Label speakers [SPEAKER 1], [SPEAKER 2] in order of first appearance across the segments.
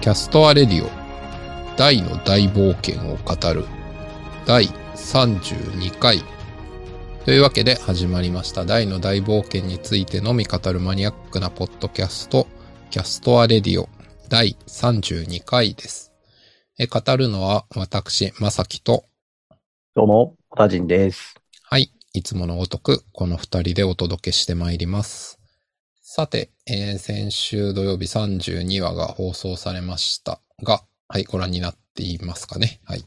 [SPEAKER 1] キャストアレディオ大の大冒険を語る第32回というわけで始まりました大の大冒険についてのみ語るマニアックなポッドキャストキャストアレディオ第32回です。え語るのは私、まさきと、
[SPEAKER 2] どうも、ポタジンです。
[SPEAKER 1] はい。いつものごとく、この二人でお届けしてまいります。さて、えー先週土曜日32話が放送されましたが、はい、ご覧になっていますかね。はい。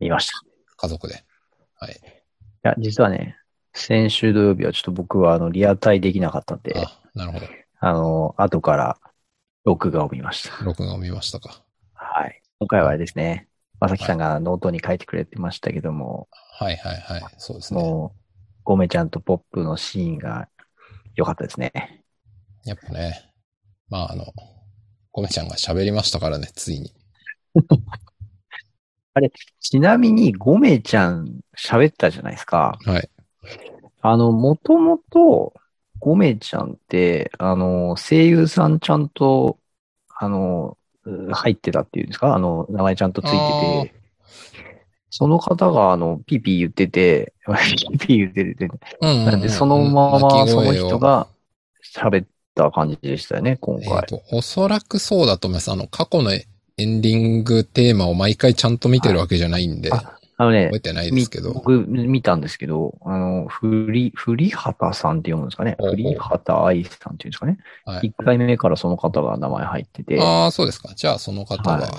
[SPEAKER 2] 見ました。い
[SPEAKER 1] 家族で。はい。
[SPEAKER 2] や、実はね、先週土曜日はちょっと僕はあの、リアタイできなかったんで、あ
[SPEAKER 1] あ、なるほど。
[SPEAKER 2] の、後から録画を見ました。
[SPEAKER 1] 録画を見ましたか。
[SPEAKER 2] はい。今回はあれですね、まさきさんがノートに書いてくれてましたけども、
[SPEAKER 1] はいはいはい。そうですね。
[SPEAKER 2] もう、ゴメちゃんとポップのシーンが良かったですね。
[SPEAKER 1] やっぱね、まああの、ゴメちゃんが喋りましたからね、ついに。
[SPEAKER 2] ちなみに、ゴメちゃん喋ったじゃないですか。
[SPEAKER 1] はい。
[SPEAKER 2] あの、もともと、ゴメちゃんって、あの、声優さんちゃんと、あの、う入ってたっていうんですかあの、名前ちゃんとついてて、その方が、あの、ピーピー言ってて、 ピーピー言ってて、
[SPEAKER 1] うんうんうん、
[SPEAKER 2] なんで、そのまま、
[SPEAKER 1] 鳴き
[SPEAKER 2] そ
[SPEAKER 1] 声
[SPEAKER 2] の
[SPEAKER 1] を
[SPEAKER 2] 人が喋った感じでしたよね、今
[SPEAKER 1] えっ、
[SPEAKER 2] 回。
[SPEAKER 1] と、おそらくそうだと思います。あの、過去のエンディングテーマを毎回ちゃんと見てるわけじゃないんで、
[SPEAKER 2] はい
[SPEAKER 1] 覚
[SPEAKER 2] あのね
[SPEAKER 1] え、てないで
[SPEAKER 2] み
[SPEAKER 1] すけど。
[SPEAKER 2] 僕見たんですけど、あの、ふり、ふりはたさんって読むんですかね。
[SPEAKER 1] おうおう
[SPEAKER 2] ふりはたあいさんっていうんですかね。
[SPEAKER 1] はい。
[SPEAKER 2] 一回目からその方が名前入ってて、
[SPEAKER 1] ああ、そうですか。じゃあ、その方は、
[SPEAKER 2] はい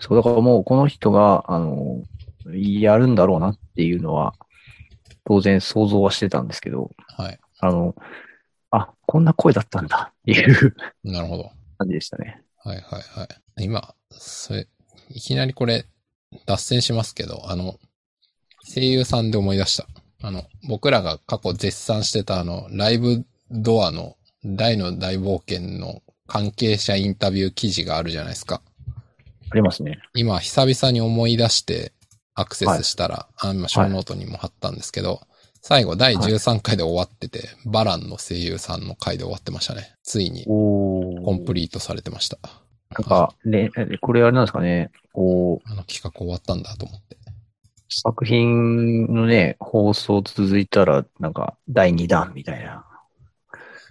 [SPEAKER 2] そう、だからもうこの人が、あの、やるんだろうなっていうのは、当然想像はしてたんですけど、
[SPEAKER 1] はい。
[SPEAKER 2] あの、あ、こんな声だったんだっていう
[SPEAKER 1] なるほど。
[SPEAKER 2] 感じでしたね。
[SPEAKER 1] はいはいはい。今、それ、いきなりこれ、脱線しますけど、あの、声優さんで思い出した。あの、僕らが過去絶賛してたあの、ライブドアの大の大冒険の関係者インタビュー記事があるじゃないですか。
[SPEAKER 2] ありますね。
[SPEAKER 1] 今、久々に思い出してアクセスしたら、あ今、小ノートにも貼ったんですけど、最後、第13回で終わってて、バランの声優さんの回で終わってましたね。ついに、
[SPEAKER 2] お
[SPEAKER 1] コンプリートされてました。
[SPEAKER 2] なんか、ね、これあれなんですかね、こう、
[SPEAKER 1] あの企画終わったんだと思って。
[SPEAKER 2] 作品のね、放送続いたら、なんか、第2弾みたいな。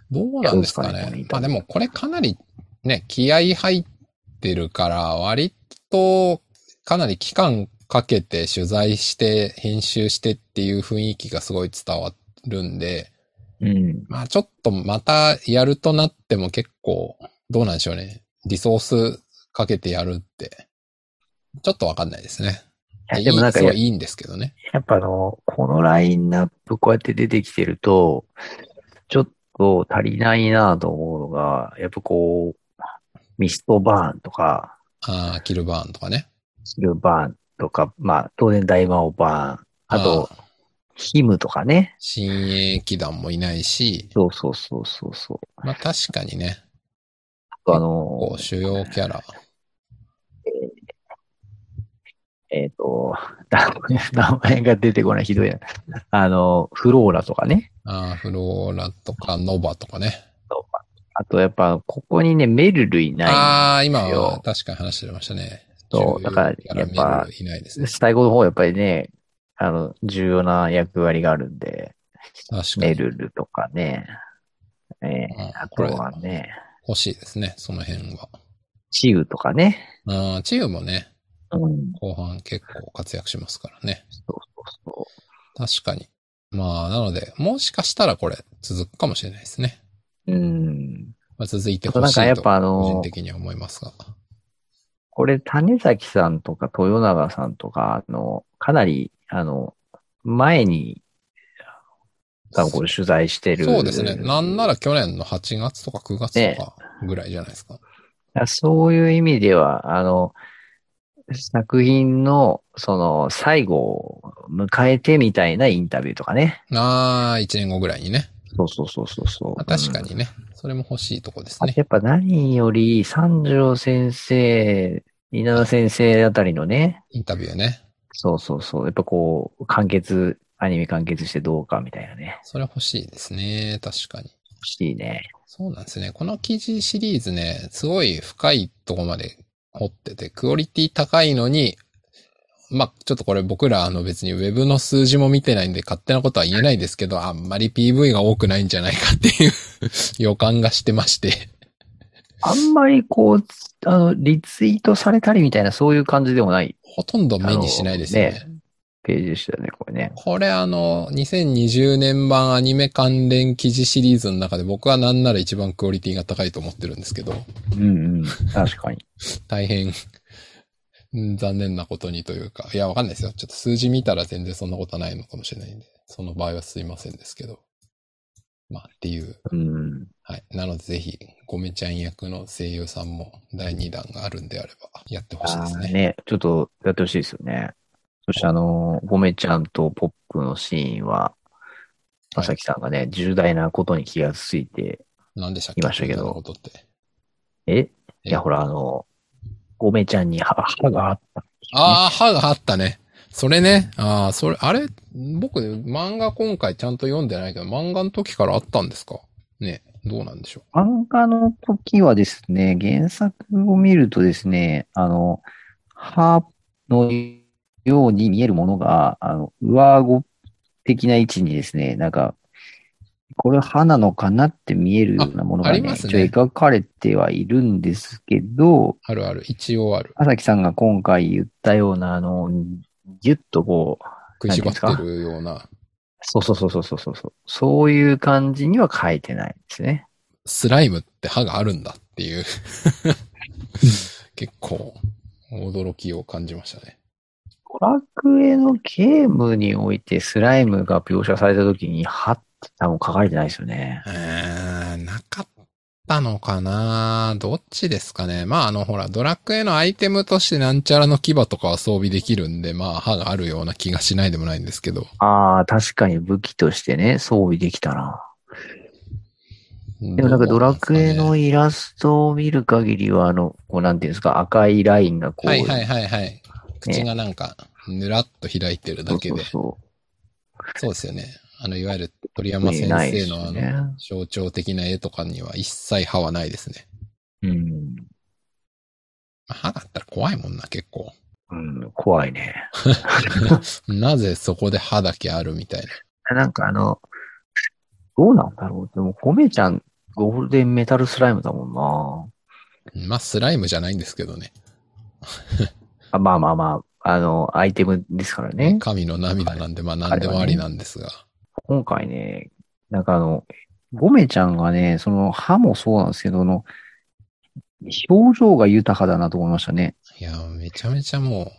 [SPEAKER 1] どうなんですか
[SPEAKER 2] どうですか
[SPEAKER 1] ね
[SPEAKER 2] ね。
[SPEAKER 1] まあでも、これかなり、ね、気合入ってるから、割と、かなり期間かけて取材して、編集してっていう雰囲気がすごい伝わるんで、
[SPEAKER 2] うん。
[SPEAKER 1] まあちょっとまたやるとなっても結構、どうなんでしょうね。リソースかけてやるって、ちょっとわかんないですね。
[SPEAKER 2] いやでもなんか
[SPEAKER 1] いい
[SPEAKER 2] や
[SPEAKER 1] すごいいいんですけどね。
[SPEAKER 2] やっぱあの、このラインナップこうやって出てきてると、ちょっと足りないなと思うのが、やっぱこう、ミストバーンとか、
[SPEAKER 1] ああ、キルバーンとかね。
[SPEAKER 2] シルバーンとか、まあ当然大魔王バーン、あと、
[SPEAKER 1] ー、
[SPEAKER 2] ヒムとかね。
[SPEAKER 1] 新鋭騎団もいないし、
[SPEAKER 2] そうそうそうそうそう。
[SPEAKER 1] まあ確かにね、
[SPEAKER 2] あとあの
[SPEAKER 1] こう、主要キャラ。
[SPEAKER 2] えっ、と、名前が出てこないひどいな。あの、フローラとかね。
[SPEAKER 1] ああ、フローラとか、ノバとかね。
[SPEAKER 2] あとやっぱここにね、メルルいない。
[SPEAKER 1] ああ、今
[SPEAKER 2] よ
[SPEAKER 1] は確かに話してましたね。
[SPEAKER 2] そうだから
[SPEAKER 1] 重要キャラ
[SPEAKER 2] やっぱ
[SPEAKER 1] メルいないですね。
[SPEAKER 2] 最後の方やっぱりね、あの、重要な役割があるんで、
[SPEAKER 1] 確か
[SPEAKER 2] メ
[SPEAKER 1] に。
[SPEAKER 2] ルルとかね、えー
[SPEAKER 1] うん
[SPEAKER 2] あとはね、
[SPEAKER 1] 欲しいですね、その辺は。
[SPEAKER 2] チウとかね、
[SPEAKER 1] ああ、チームもね、
[SPEAKER 2] うん、
[SPEAKER 1] 後半結構活躍しますからね。
[SPEAKER 2] そうそう
[SPEAKER 1] 確
[SPEAKER 2] そ
[SPEAKER 1] かに。まあ、なので、もしかしたらこれ続くかもしれないですね。
[SPEAKER 2] う。うん。
[SPEAKER 1] まあ、続いて
[SPEAKER 2] あと
[SPEAKER 1] ほ
[SPEAKER 2] なん
[SPEAKER 1] し
[SPEAKER 2] かや
[SPEAKER 1] い
[SPEAKER 2] っ
[SPEAKER 1] と、
[SPEAKER 2] ぱあの
[SPEAKER 1] 個人的には思いますが。
[SPEAKER 2] これ、種崎さんとか豊永さんとか、あの、かなり、あの、前に、多分これ取材してる。
[SPEAKER 1] そうですね。なんなら去年の8月とか9月とかぐらいじゃないですか。
[SPEAKER 2] あそういう意味では、あの、作品の、その、最後を迎えてみたいなインタビューとかね。
[SPEAKER 1] ああ、1年後ぐらいにね。
[SPEAKER 2] そうそうそうそうそう。
[SPEAKER 1] まあ確か
[SPEAKER 2] うん。
[SPEAKER 1] にね。それも欲しいとこです
[SPEAKER 2] あ
[SPEAKER 1] ね。
[SPEAKER 2] やっぱ何より、三条先生、稲田先生あたりのね、
[SPEAKER 1] インタビューね。
[SPEAKER 2] そうそうそう。やっぱこう、完結、アニメ完結してどうかみたいなね。
[SPEAKER 1] それ欲しいですね。確かに。
[SPEAKER 2] しいね。
[SPEAKER 1] そうなんですね。この記事シリーズね、すごい深いとこまで掘ってて、クオリティ高いのに、まあ、ちょっとこれ僕らあの別にウェブの数字も見てないんで勝手なことは言えないですけど、あんまり PV が多くないんじゃないかっていう 予感がしてまして。
[SPEAKER 2] あんまりこう、あの、リツイートされたりみたいな、そういう感じでもない
[SPEAKER 1] ほとんど目にしないですよ
[SPEAKER 2] あの
[SPEAKER 1] ね
[SPEAKER 2] ね。ページでしたよね、これね。
[SPEAKER 1] これあの、2020年版アニメ関連記事シリーズの中で僕はなんなら一番クオリティが高いと思ってるんですけど、
[SPEAKER 2] うんうん。確かに。
[SPEAKER 1] 大変、 うん残念なことにというか、いや、わかんないですよ。ちょっと数字見たら全然そんなことはないのかもしれないんで、その場合はすいませんですけど。まあ、っていう。
[SPEAKER 2] うん。
[SPEAKER 1] はい。なので、ぜひ、ゴメちゃん役の声優さんも第2弾があるんであれば、やってほしい
[SPEAKER 2] あ
[SPEAKER 1] です
[SPEAKER 2] ー
[SPEAKER 1] ね。
[SPEAKER 2] ね、ちょっとやってほしいですよね。そしてあの、ゴメちゃんとポップのシーンは、まさきさんがね、重大なことに気がついて、
[SPEAKER 1] 何でしたっけ
[SPEAKER 2] いましたけど
[SPEAKER 1] こんなことって。
[SPEAKER 2] え
[SPEAKER 1] え
[SPEAKER 2] いや、ほら、あの、ゴメちゃんに歯歯があった。
[SPEAKER 1] ああ、歯があったね。それね。ああ、それ、あれ、僕、漫画今回ちゃんと読んでないけど、漫画の時からあったんですかね。どうなんでしょ
[SPEAKER 2] 漫画の時はですね、原作を見るとですね、あの、歯のように見えるものが、あの、上顎的な位置にですね、なんか、これ歯なのかなって見えるようなものが
[SPEAKER 1] ああり
[SPEAKER 2] ね、
[SPEAKER 1] ます
[SPEAKER 2] 一
[SPEAKER 1] ね
[SPEAKER 2] 応描かれてはいるんですけど、
[SPEAKER 1] う。あるある。一応ある。
[SPEAKER 2] 朝木さんが今回言ったような、あの、ぎゅっとこう、
[SPEAKER 1] 食いしばってるような、
[SPEAKER 2] そうそうそうそうそうそうそう、そういう感じには書いてないですね。
[SPEAKER 1] スライムって歯があるんだっていう。結構、驚きを感じましたね。
[SPEAKER 2] ドラクエのゲームにおいてスライムが描写された時に、はって多分書かれてないですよね。
[SPEAKER 1] えー、なかったのかなどっちですかね。まあ、あの、ほら、ドラクエのアイテムとしてなんちゃらの牙とかは装備できるんで、まあ、歯があるような気がしないでもないんですけど。
[SPEAKER 2] ああ、確かに武器としてね、装備できたな。でもなんかドラクエの
[SPEAKER 1] どうなんですかね
[SPEAKER 2] イラストを見る限りは、あの、こうなんていうんですか、赤いラインがこう、
[SPEAKER 1] はいはいはいはい。口がなんか、ぬらっと開いてるだけで。
[SPEAKER 2] そう
[SPEAKER 1] そうですよね。あの、いわゆる鳥
[SPEAKER 2] そうそ
[SPEAKER 1] 山
[SPEAKER 2] う。見
[SPEAKER 1] 先
[SPEAKER 2] えないで
[SPEAKER 1] 生
[SPEAKER 2] す
[SPEAKER 1] のあの、
[SPEAKER 2] よね。
[SPEAKER 1] 象徴的な絵とかには一切歯はないですね。
[SPEAKER 2] うん。
[SPEAKER 1] まあ歯だったら怖いもんな、結構。
[SPEAKER 2] うん、怖いね。
[SPEAKER 1] なぜそこで歯だけあるみたいな。
[SPEAKER 2] なんかあの、どうなんだろう。でも、コメちゃん、ゴールデンメタルスライムだもんな。
[SPEAKER 1] まあ、スライムじゃないんですけどね。
[SPEAKER 2] あまあまあまあ、あの、アイテムですからね。
[SPEAKER 1] 神の涙なんで、まあ何でもありなんですが。
[SPEAKER 2] 今回ね、なんかあの、ゴメちゃんがね、その歯もそうなんですけど、あの、表情が豊かだなと思いましたね。
[SPEAKER 1] いや、めちゃめちゃもう、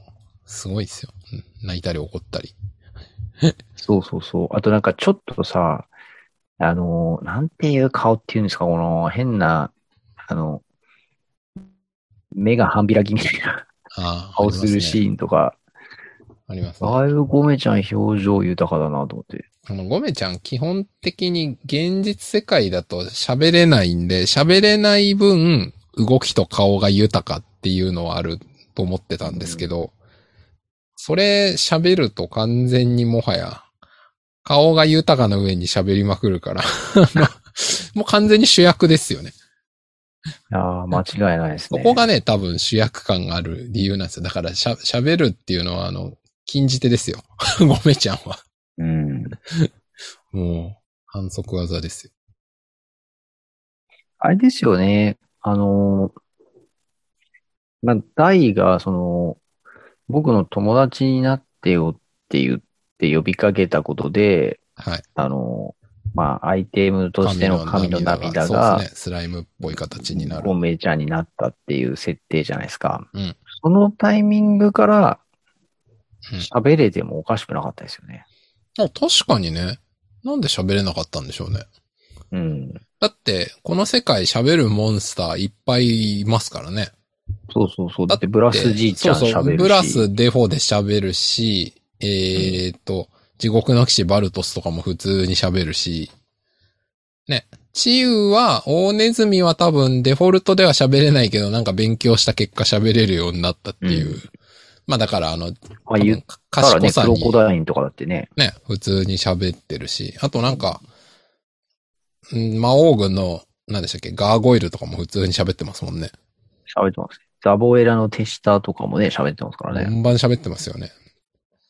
[SPEAKER 1] すごいですよ。うん泣いたり怒ったり。
[SPEAKER 2] そうそうそう。あとなんかちょっとさ、あの、なんていう顔っていうんですか、この変な、あの、目が半開きみたいな
[SPEAKER 1] ああ、
[SPEAKER 2] 顔するシーンとか、
[SPEAKER 1] ありますね。
[SPEAKER 2] だいぶゴメちゃん表情豊かだなと思って。
[SPEAKER 1] あの、ゴメちゃん基本的に現実世界だと喋れないんで、喋れない分、動きと顔が豊かっていうのはあると思ってたんですけど、それ喋ると完全にもはや、顔が豊かな上に喋りまくるから、 あのもう完全に主役ですよね。
[SPEAKER 2] いやー間違いないです
[SPEAKER 1] そ
[SPEAKER 2] ね。
[SPEAKER 1] こがね、多分主役感がある理由なんですよ。だからしゃ、喋るっていうのは、あの、禁じ手ですよ。 ゴメちゃんは。
[SPEAKER 2] うん。
[SPEAKER 1] もう、反則技ですよ。
[SPEAKER 2] あれですよね。あのー、まあ、大が、その、僕の友達になってよって言って呼びかけたことで、
[SPEAKER 1] はい。
[SPEAKER 2] あのー、まあ、アイテムとしての神の涙
[SPEAKER 1] そう
[SPEAKER 2] が、
[SPEAKER 1] ですね。スライムっぽい形になる
[SPEAKER 2] ゴ。メちゃんになったっていう設定じゃないですか。
[SPEAKER 1] うん
[SPEAKER 2] そのタイミングから
[SPEAKER 1] うん、
[SPEAKER 2] 喋れてもおかしくなかったですよね。
[SPEAKER 1] あ確かにね。なんで喋れなかったんでしょうね。
[SPEAKER 2] うん。
[SPEAKER 1] だって、この世界喋るモンスターいっぱいいますからね。
[SPEAKER 2] そうそうそう。だってブラスじいちゃん
[SPEAKER 1] そうそ
[SPEAKER 2] 喋
[SPEAKER 1] う。
[SPEAKER 2] るし。
[SPEAKER 1] ブラス、デフォで喋るし、えーっと、地獄の騎士バルトスとかも普通に喋るし、ね。チウは、大ネズミは多分デフォルトでは喋れないけど、なんか勉強した結果喋れるようになったっていう。
[SPEAKER 2] うん
[SPEAKER 1] まあだから、あの、
[SPEAKER 2] まあ、言っ
[SPEAKER 1] 多
[SPEAKER 2] た
[SPEAKER 1] 分
[SPEAKER 2] らね、
[SPEAKER 1] 賢さ
[SPEAKER 2] ク
[SPEAKER 1] に
[SPEAKER 2] ロコダインとかだってね。
[SPEAKER 1] ね、普通に喋ってるし、あとなんか、うん魔王軍の、何でしたっけ、ガーゴイルとかも普通に喋ってますもんね。
[SPEAKER 2] 喋ってます。ザボエラの手下とかもね、喋ってますからね。
[SPEAKER 1] 本番喋ってますよね。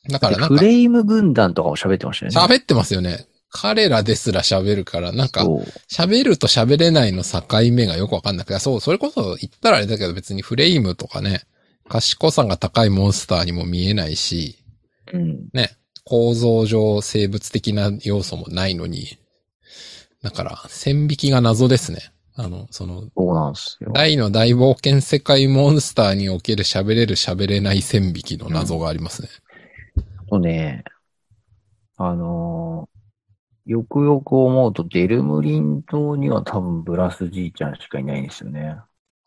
[SPEAKER 1] だからなん
[SPEAKER 2] フ
[SPEAKER 1] か、
[SPEAKER 2] レイム軍団とかも喋ってましたよね。
[SPEAKER 1] 喋ってますよね。彼らですら喋るから、なんか、
[SPEAKER 2] そう
[SPEAKER 1] 喋ると喋れないの境目がよくわかんなくて、そう、それこそ言ったらあれだけど別にフレイムとかね、賢さが高いモンスターにも見えないし、
[SPEAKER 2] うん。
[SPEAKER 1] 構造上生物的な要素もないのに、だから、線引きが謎ですね。あの、その、
[SPEAKER 2] そうなんですよ。
[SPEAKER 1] 大の大冒険世界モンスターにおける喋れる喋れない線引きの謎がありますね。
[SPEAKER 2] あとね、あのーよくよく思うと、デルムリン島には多分ブラスじいちゃんしかいないんですよね。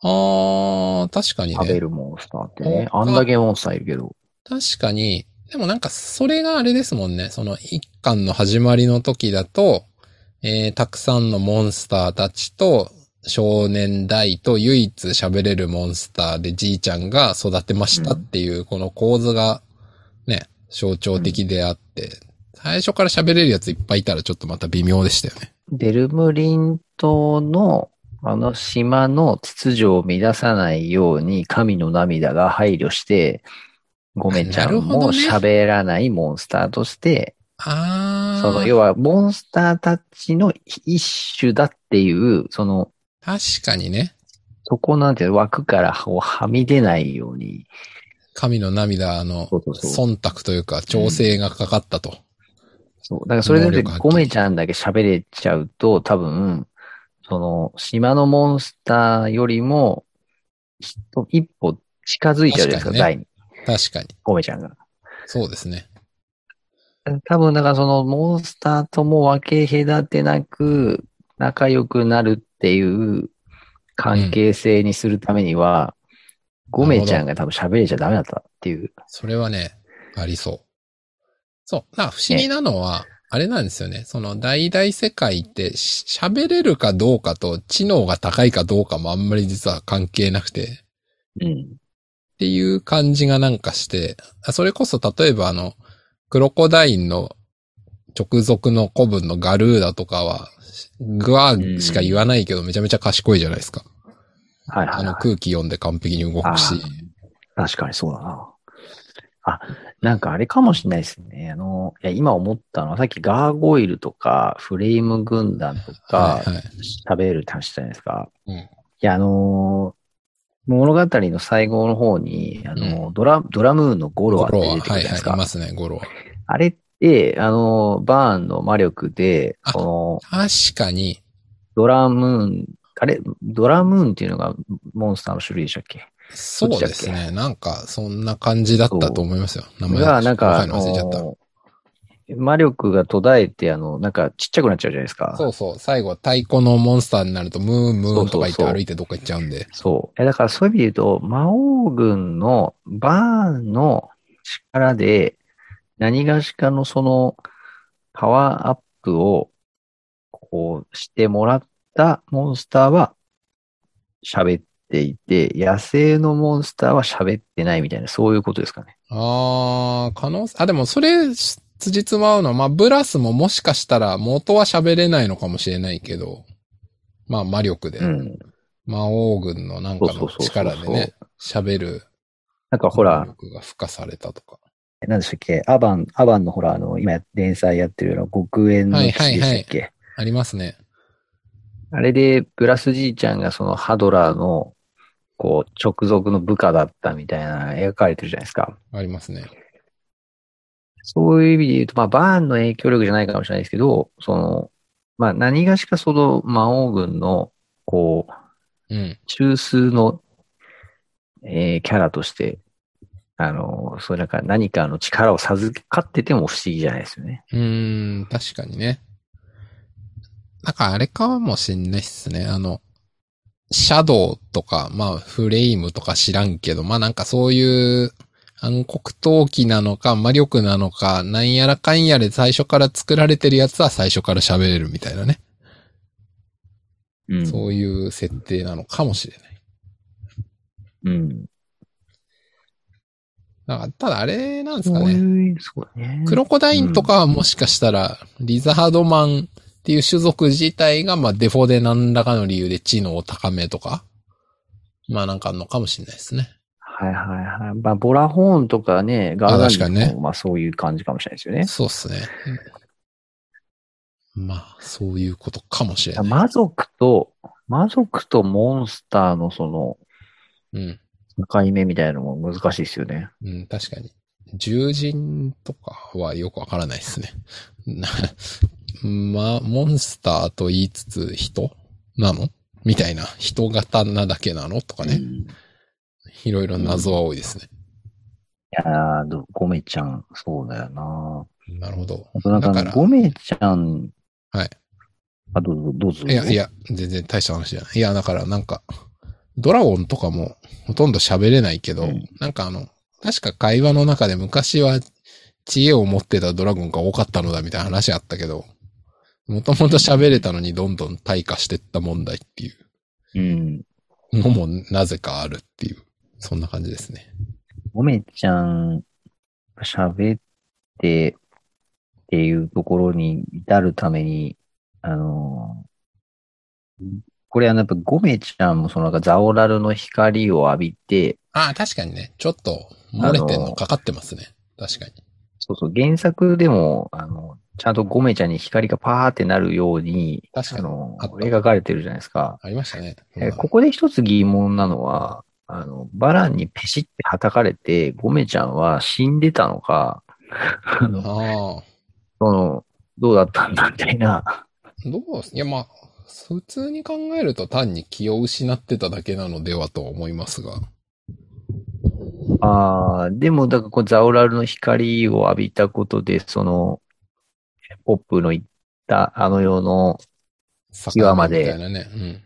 [SPEAKER 1] あー、確かに
[SPEAKER 2] 食べ
[SPEAKER 1] ね。
[SPEAKER 2] るモンスターってね。
[SPEAKER 1] お
[SPEAKER 2] あんだけモンスターいるけど。
[SPEAKER 1] 確かに。でもなんか、それがあれですもんね。その、一巻の始まりの時だと、えー、たくさんのモンスターたちと、少年大と唯一喋れるモンスターでじいちゃんが育てましたっていう、この構図が、ね、象徴的であって、最初から喋れるやついっぱいいたらちょっとまた微妙でしたよね。
[SPEAKER 2] デルムリン島の、あの島の秩序を乱さないように神の涙が配慮して、ごめんちゃん
[SPEAKER 1] なるほど
[SPEAKER 2] も
[SPEAKER 1] ね
[SPEAKER 2] 喋らないモンスターとして、
[SPEAKER 1] あー。
[SPEAKER 2] その要はモンスターたちの一種だっていう、その、
[SPEAKER 1] 確かにね。
[SPEAKER 2] そこなんていうの枠からをはみ出ないように、
[SPEAKER 1] 神の涙の
[SPEAKER 2] そうそうそう。
[SPEAKER 1] 忖度というか調整がかかったと。
[SPEAKER 2] そうだからそれ
[SPEAKER 1] 能
[SPEAKER 2] で
[SPEAKER 1] 力発揮
[SPEAKER 2] ゴメちゃんだけ喋れちゃうと、多分、その、島のモンスターよりも、ひと一歩近づいちゃうじゃないですか、
[SPEAKER 1] 確か
[SPEAKER 2] 第に。
[SPEAKER 1] 確かに。
[SPEAKER 2] ゴメちゃんが。
[SPEAKER 1] そうですね。
[SPEAKER 2] 多分、だからその、モンスターとも分け隔てなく、仲良くなるっていう関係性にするためには、ゴメちゃんが多分喋れちゃダメだったっていう。
[SPEAKER 1] それはね、ありそう。そう。な、不思議なのは、あれなんですよね。その、大々世界って、し喋れるかどうかと、知能が高いかどうかもあんまり実は関係なくて、
[SPEAKER 2] うん。
[SPEAKER 1] っていう感じがなんかして、あそれこそ例えばあの、クロコダインの直属の古文のガルーダとかは、グワーしか言わないけどめちゃめちゃ賢いじゃないですか。
[SPEAKER 2] はいは
[SPEAKER 1] あ
[SPEAKER 2] い、
[SPEAKER 1] の
[SPEAKER 2] はい。
[SPEAKER 1] 空気読んで完璧に動くし。
[SPEAKER 2] 確かにそうだな。あ、なんかあれかもしれないですね。あの、いや、今思ったのは、さっきガーゴイルとか、フレーム軍団と
[SPEAKER 1] は
[SPEAKER 2] か
[SPEAKER 1] い、はい。
[SPEAKER 2] 喋るって話したじゃないですか。
[SPEAKER 1] うん
[SPEAKER 2] いや、あのー物語の最後の方に、あのードラ、ドラムーンのゴロ
[SPEAKER 1] ゴ
[SPEAKER 2] アって
[SPEAKER 1] ロは、
[SPEAKER 2] 出てく
[SPEAKER 1] は
[SPEAKER 2] る
[SPEAKER 1] い
[SPEAKER 2] じゃ
[SPEAKER 1] は
[SPEAKER 2] ないで
[SPEAKER 1] い、
[SPEAKER 2] す
[SPEAKER 1] い
[SPEAKER 2] か。
[SPEAKER 1] ますね、ゴロは。
[SPEAKER 2] あれって、あのーバーンの魔力で、
[SPEAKER 1] あ
[SPEAKER 2] その、
[SPEAKER 1] 確かに、
[SPEAKER 2] ドラムーン、あれ、ドラムーンっていうのがモンスターの種類でしたっけ
[SPEAKER 1] そうですね。なんか、そんな感じだったと思いますよ。名前
[SPEAKER 2] が、なんか、
[SPEAKER 1] 名前忘れちゃった
[SPEAKER 2] あ。の魔力が途絶えて、あの、なんかちっちゃくなっちゃうじゃないですか。
[SPEAKER 1] そうそう。最後、太鼓のモンスターになると、ムーン、ムーンとか言って
[SPEAKER 2] そうそうそう
[SPEAKER 1] 歩いてどっか行っちゃうんで。
[SPEAKER 2] そう。えだからそういう意味で言うと、魔王軍のバーンの力で、何がしかのその、パワーアップを、こう、してもらったモンスターは、喋っていて、野生のモンスターは喋ってないみたいな、そういうことですかね。
[SPEAKER 1] あー、可能性、あ、でもそれ、辻褄合うのは、まあ、ブラスももしかしたら元は喋れないのかもしれないけど、まあ、魔力で、
[SPEAKER 2] うん。
[SPEAKER 1] 魔王軍のなんか
[SPEAKER 2] そう
[SPEAKER 1] の
[SPEAKER 2] そうそうそう
[SPEAKER 1] 力でね、喋る
[SPEAKER 2] なんかほら
[SPEAKER 1] 能、力が付加されたとか。
[SPEAKER 2] 何でしたっけアバン、アバンのほら、あの、今や連載やってるような極縁の騎士でしたっけ、
[SPEAKER 1] ありますね。
[SPEAKER 2] あれで、ブラスじいちゃんがそのハドラーの、こう、直属の部下だったみたいな描かれてるじゃないですか。
[SPEAKER 1] ありますね。
[SPEAKER 2] そういう意味で言うと、まあ、バーンの影響力じゃないかもしれないですけど、その、まあ、何がしかその魔王軍の、こう、
[SPEAKER 1] うん。
[SPEAKER 2] 中枢の、えーキャラとして、あの、そういうなんか何かの力を授かってても不思議じゃないですよね。
[SPEAKER 1] うーん、確かにね。なんかあれかもしんないっすね。あの、シャドウとか、まあフレイムとか知らんけど、まあなんかそういう暗黒闘技なのか魔力なのか、なんやらかんやで最初から作られてるやつは最初から喋れるみたいなね。
[SPEAKER 2] うん
[SPEAKER 1] そういう設定なのかもしれない。
[SPEAKER 2] うん。
[SPEAKER 1] なんかただあれなんです
[SPEAKER 2] そ
[SPEAKER 1] か
[SPEAKER 2] う
[SPEAKER 1] ね。
[SPEAKER 2] いう、そうね。
[SPEAKER 1] クロコダインとかはもしかしたら、リザードマンっていう種族自体が、まあデフォで何らかの理由で知能を高めとか、まあなんかあるのかもしれないですね。
[SPEAKER 2] はいはいはい。まあ、ボラホーンとかね、ガーランデ
[SPEAKER 1] 確
[SPEAKER 2] ィ
[SPEAKER 1] かに
[SPEAKER 2] と
[SPEAKER 1] ね
[SPEAKER 2] かもまあそういう感じかもしれないですよね。
[SPEAKER 1] そうっすね。まあ、そういうことかもしれない。
[SPEAKER 2] 魔族と、魔族とモンスターのその
[SPEAKER 1] うん。
[SPEAKER 2] 境目みたいなのも難しいですよね。
[SPEAKER 1] うん、確かに。獣人とかはよくわからないですね。 なまあ、モンスターと言いつつ人なのみたいな。人型なだけなのとか
[SPEAKER 2] う
[SPEAKER 1] ね。
[SPEAKER 2] んい
[SPEAKER 1] いろいろ謎は多いですね。
[SPEAKER 2] やー、どゴメちゃん、そうだよな
[SPEAKER 1] なるほど。
[SPEAKER 2] あとなんか
[SPEAKER 1] だ
[SPEAKER 2] ね
[SPEAKER 1] から
[SPEAKER 2] ゴメちゃん、
[SPEAKER 1] はい。
[SPEAKER 2] あ、どうぞ、どうぞ。
[SPEAKER 1] いや、いや、全然大した話じゃない。いや、だからなんか、ドラゴンとかもほとんど喋れないけど、
[SPEAKER 2] うん
[SPEAKER 1] なんかあの、確か会話の中で昔は知恵を持ってたドラゴンが多かったのだみたいな話あったけど、もともと喋れたのにどんどん退化してった問題ってい
[SPEAKER 2] うん。
[SPEAKER 1] うのもなぜかあるっていう、そんな感じですね。
[SPEAKER 2] ゴメちゃん、喋ってっていうところに至るために、あのーこれあの、やっぱゴメちゃんもそのなんかザオラルの光を浴びて、
[SPEAKER 1] ああ、確かにね、ちょっと漏れてんのかかってますね。確かに。
[SPEAKER 2] そうそう、原作でも、あの、ちゃんとゴメちゃんに光がパーってなるように、
[SPEAKER 1] 確か
[SPEAKER 2] あ
[SPEAKER 1] に。
[SPEAKER 2] の
[SPEAKER 1] あった、
[SPEAKER 2] 描かれてるじゃないですか。
[SPEAKER 1] ありましたね。
[SPEAKER 2] え
[SPEAKER 1] うん
[SPEAKER 2] ここで一つ疑問なのは、あの、バランにペシって叩かれて、ゴメちゃんは死んでたのか、あの、
[SPEAKER 1] ああ。
[SPEAKER 2] その、どうだったんだみたいな。
[SPEAKER 1] どういや、まあ、普通に考えると単に気を失ってただけなのではとは思いますが。
[SPEAKER 2] ああ、でも、だからこう、ザオラルの光を浴びたことで、その、ポップの言った、あの世の、
[SPEAKER 1] 魚
[SPEAKER 2] ま
[SPEAKER 1] み
[SPEAKER 2] で
[SPEAKER 1] たいなね。うん。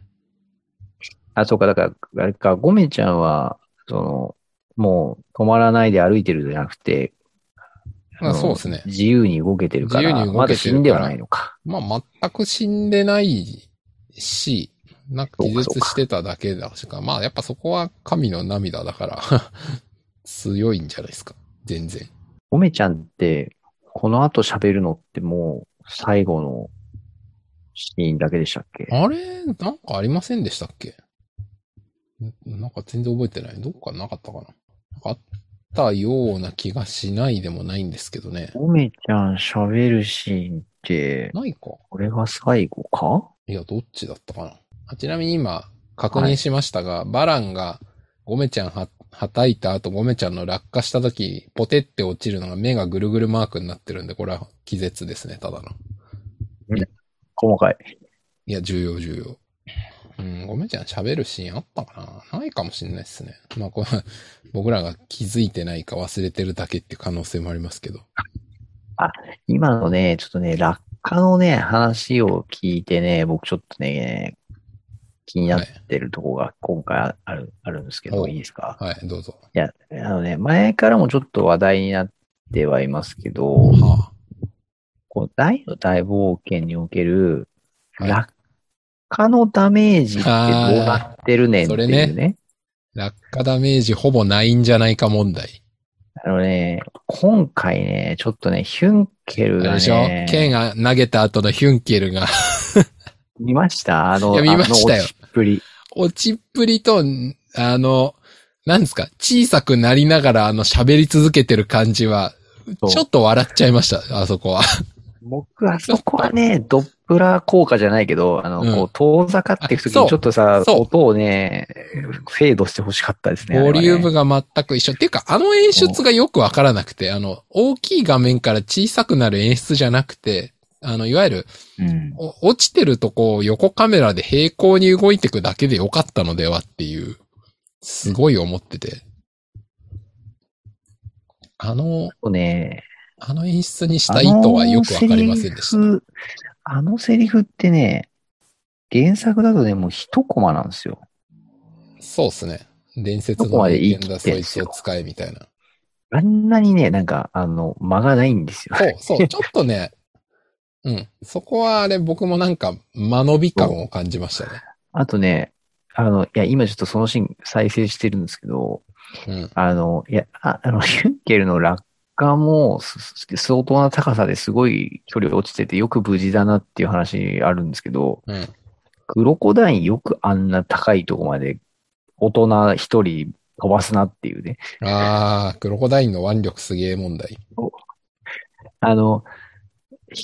[SPEAKER 2] あ、そうか、だから、あれか、ゴメちゃんは、その、もう、止まらないで歩いてるじゃなくて、
[SPEAKER 1] まあ
[SPEAKER 2] の
[SPEAKER 1] そうですね
[SPEAKER 2] 自由に動けてるから、
[SPEAKER 1] 自由に動
[SPEAKER 2] ま
[SPEAKER 1] け
[SPEAKER 2] だ
[SPEAKER 1] て
[SPEAKER 2] 死
[SPEAKER 1] るから
[SPEAKER 2] んではないのか。
[SPEAKER 1] まあ、全く死んでないし、なんか気
[SPEAKER 2] そう
[SPEAKER 1] 絶
[SPEAKER 2] か
[SPEAKER 1] してただけだしか、まあ、やっぱそこは神の涙だから、 強いんじゃないですか。全然。
[SPEAKER 2] ゴメちゃんって、この後喋るのってもう、最後のシーンだけでしたっけ
[SPEAKER 1] あれなんかありませんでしたっけんなんか全然覚えてない。どっかなかったかな。なんかあったような気がしないでもないんですけどね。
[SPEAKER 2] ゴメちゃん喋るシーンって、
[SPEAKER 1] ないか。
[SPEAKER 2] これが最後か
[SPEAKER 1] いや、どっちだったかな。あちなみに今、確認しましたが、バランがゴメちゃんは、はたいた後、ゴメちゃんの落下した時、ポテって落ちるのが目がぐるぐるマークになってるんで、これは気絶ですね、ただの。
[SPEAKER 2] 細かい。
[SPEAKER 1] いや、重要、重要。うん、ゴメちゃん喋るシーンあったかなないかもしれないですね。まあ、これは、僕らが気づいてないか忘れてるだけっていう可能性もありますけど。
[SPEAKER 2] 今のね、ちょっとね、落下のね、話を聞いてね、僕ちょっとね、気になってるとこが今回ある、あるんですけど、
[SPEAKER 1] お
[SPEAKER 2] いいですか
[SPEAKER 1] はい、どうぞ。
[SPEAKER 2] いや、あのね、前からもちょっと話題になってはいますけど、
[SPEAKER 1] は
[SPEAKER 2] こう大の大冒険における
[SPEAKER 1] はい
[SPEAKER 2] 落下のダメージってどうなってるねんっていう
[SPEAKER 1] あーそれ
[SPEAKER 2] ね。
[SPEAKER 1] あ、落下ダメージほぼないんじゃないか問題。
[SPEAKER 2] あのね、今回ね、ちょっとね、ヒュンケル
[SPEAKER 1] あれ
[SPEAKER 2] が
[SPEAKER 1] でしょ
[SPEAKER 2] ね、
[SPEAKER 1] 剣が投げた後のヒュンケルが
[SPEAKER 2] 見ましたあ
[SPEAKER 1] い
[SPEAKER 2] の、
[SPEAKER 1] や見ましたよ
[SPEAKER 2] あの落ちっぷり。
[SPEAKER 1] 落ちっぷりと、んあの、なんですか、小さくなりながらあの喋り続けてる感じは、
[SPEAKER 2] そう
[SPEAKER 1] ちょっと笑っちゃいました、あそこは。
[SPEAKER 2] 僕はそこはね、ドップラー効果じゃないけど、あの、
[SPEAKER 1] うん
[SPEAKER 2] こう、遠ざかっていくとき
[SPEAKER 1] あそう
[SPEAKER 2] にちょっとさ、
[SPEAKER 1] そう
[SPEAKER 2] 音をね、フェードしてほしかったですね。あれ
[SPEAKER 1] ボ
[SPEAKER 2] はね
[SPEAKER 1] リュームが全く一緒。っていうか、あの演出がよくわからなくて、あの、大きい画面から小さくなる演出じゃなくて、あの、いわゆる、
[SPEAKER 2] うん。
[SPEAKER 1] お落ちてるとこを横カメラで平行に動いてくだけでよかったのではっていう、すごい思ってて。あの、
[SPEAKER 2] そうね、
[SPEAKER 1] あの演出にした意図はよくわかりませんでした
[SPEAKER 2] あ。のセリフあのセリフってね、原作だとね、もう一コマなんですよ。
[SPEAKER 1] そうっすね。伝説
[SPEAKER 2] どこ
[SPEAKER 1] の
[SPEAKER 2] まで
[SPEAKER 1] 名
[SPEAKER 2] 言い
[SPEAKER 1] 剣
[SPEAKER 2] 切
[SPEAKER 1] だ、
[SPEAKER 2] っ
[SPEAKER 1] そ
[SPEAKER 2] てん
[SPEAKER 1] い
[SPEAKER 2] す
[SPEAKER 1] つ
[SPEAKER 2] よ
[SPEAKER 1] を使えみたいな。
[SPEAKER 2] あんなにね、なんか、あの、間がないんですよ。
[SPEAKER 1] そう、 そう、ちょっとね、うん。そこはあれ、僕もなんか、間延び感を感じましたね。
[SPEAKER 2] あとね、あの、いや、今ちょっとそのシーン再生してるんですけど、
[SPEAKER 1] うん。
[SPEAKER 2] あの、いや、ああの、ヒュンケルの落がもうすす相当な高さですごい距離落ちててよく無事だなっていう話あるんですけど、
[SPEAKER 1] うん。
[SPEAKER 2] クロコダインよくあんな高いとこまで大人一人飛ばすなっていうね。
[SPEAKER 1] あー、クロコダインの腕力すげえ問題。
[SPEAKER 2] あの、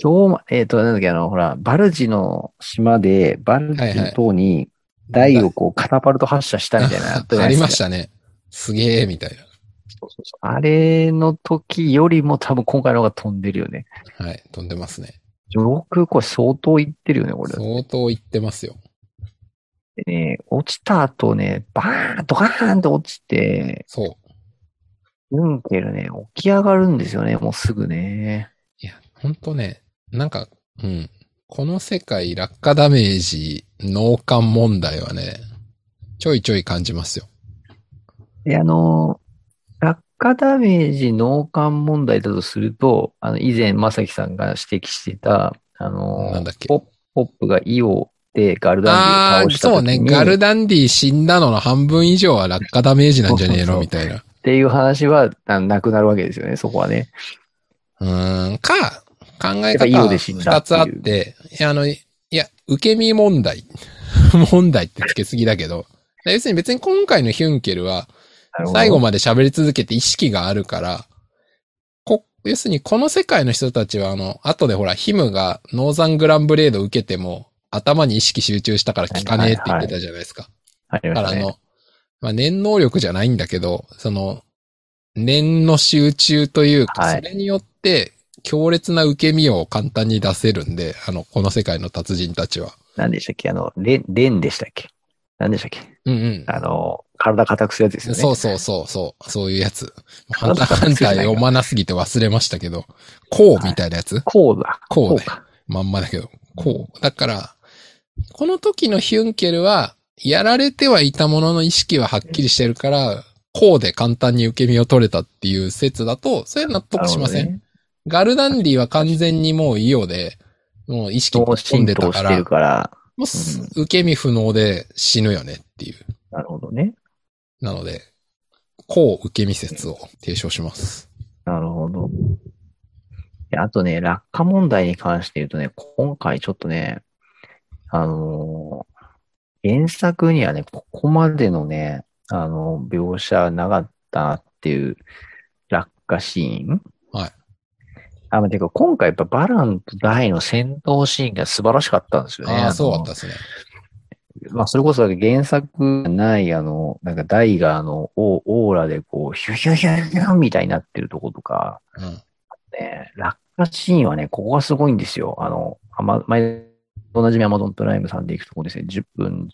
[SPEAKER 2] 氷ま、えっ、と、なんだっけ、あの、ほら、バルジの島で、バルジの塔に、台をこう、カタパルト発射したみたいなのったじゃ
[SPEAKER 1] あ
[SPEAKER 2] な
[SPEAKER 1] り
[SPEAKER 2] いですか
[SPEAKER 1] ましたね。すげえ、みたい
[SPEAKER 2] そうそうそうあれの時よりも多分今回の方が飛んでるよね。
[SPEAKER 1] な。はい、飛んでますね。
[SPEAKER 2] 上空これ相当行ってるよね、これ。
[SPEAKER 1] 相当いってますよ。
[SPEAKER 2] でね、落ちた後ね、バーン、ドカーンと落ちて、
[SPEAKER 1] そう。
[SPEAKER 2] ユンケルね、起き上がるんですよね、もうすぐね。
[SPEAKER 1] いや、ほんとね、なんか、うん。この世界落下ダメージ、脳幹問題はね、ちょいちょい感じますよ。
[SPEAKER 2] で、あの、落下ダメージ脳幹問題だとすると、あの、以前、まさきさんが指摘してた、あの、
[SPEAKER 1] なんだっけ
[SPEAKER 2] ポッポップがイオでガルダ
[SPEAKER 1] あ
[SPEAKER 2] ンディ
[SPEAKER 1] あー、
[SPEAKER 2] を倒した
[SPEAKER 1] そうね。
[SPEAKER 2] 時に、
[SPEAKER 1] ガルダンディ死んだのの半分以上は落下ダメージなんじゃねえ
[SPEAKER 2] そうそうそ
[SPEAKER 1] の
[SPEAKER 2] う
[SPEAKER 1] みたいな。
[SPEAKER 2] っていう話はあのなくなるわけですよね、そこはね。
[SPEAKER 1] うーん、か、考え
[SPEAKER 2] やっぱ
[SPEAKER 1] 方
[SPEAKER 2] イオで死ん
[SPEAKER 1] 二
[SPEAKER 2] だってい
[SPEAKER 1] つ
[SPEAKER 2] う
[SPEAKER 1] あって、いや、あの、いや、受け身問題。 問題ってつけすぎだけど。要するに別に今回のヒュンケルは、
[SPEAKER 2] なるほど
[SPEAKER 1] 最後まで喋り続けて意識があるから、こ、要するにこの世界の人たちはあの、後でほら、ヒムがノーザングランブレード受けても、頭に意識集中したから効かねえって言ってたじゃないですか。
[SPEAKER 2] ありま
[SPEAKER 1] だか
[SPEAKER 2] した
[SPEAKER 1] らあ
[SPEAKER 2] ね。
[SPEAKER 1] の、まあ、念能力じゃないんだけど、その、念の集中というか、
[SPEAKER 2] はい
[SPEAKER 1] それによって強烈な受け身を簡単に出せるんで、あの、この世界の達人たちは。
[SPEAKER 2] 何でしたっけあの、レン、レンでしたっけ何でしたっけ
[SPEAKER 1] うんうん。
[SPEAKER 2] あの、体硬くするやつですよね。。
[SPEAKER 1] そううそうそうそう、そういうやつ。ハ
[SPEAKER 2] 体
[SPEAKER 1] ンターハンター読まなすぎて忘れましたけど、こうみたいなやつ
[SPEAKER 2] こうだ。
[SPEAKER 1] こうだよ
[SPEAKER 2] か。
[SPEAKER 1] まんまだけど、こう。だから、この時のヒュンケルは、やられてはいたものの意識ははっきりしてるから、こうで簡単に受け身を取れたっていう説だと、それは納得しません。
[SPEAKER 2] なるほどね
[SPEAKER 1] ガルダンディは完全にもうイオで、もう意識
[SPEAKER 2] 脳
[SPEAKER 1] ぶっ込ん
[SPEAKER 2] 震
[SPEAKER 1] でた
[SPEAKER 2] 盪
[SPEAKER 1] か
[SPEAKER 2] して
[SPEAKER 1] ら
[SPEAKER 2] る、から。
[SPEAKER 1] もうす受け身不能で死ぬよねっていう。
[SPEAKER 2] なるほどね。
[SPEAKER 1] なので、こう受け身説を提唱します。
[SPEAKER 2] なるほど。であとね、落下問題に関して言うとね、今回ちょっとね、あのー原作にはね、ここまでのね、あのー描写はなかったなっていう落下シーン
[SPEAKER 1] はい。
[SPEAKER 2] あ、まあ、てか今回やっぱバランとダイの戦闘シーンが素晴らしかったんですよね。
[SPEAKER 1] ああ、そうだ
[SPEAKER 2] の
[SPEAKER 1] ったですね。
[SPEAKER 2] まあ、それこそ原作がない、あの、なんか、ダイが、あの、オーオーラで、こう、ヒュヒュヒュヒュみたいになってるとことか、
[SPEAKER 1] うん。
[SPEAKER 2] ね、落下シーンはね、ここがすごいんですよ。あの、あま、前、おなじみアマゾンプライムさんで行くとこですね、10分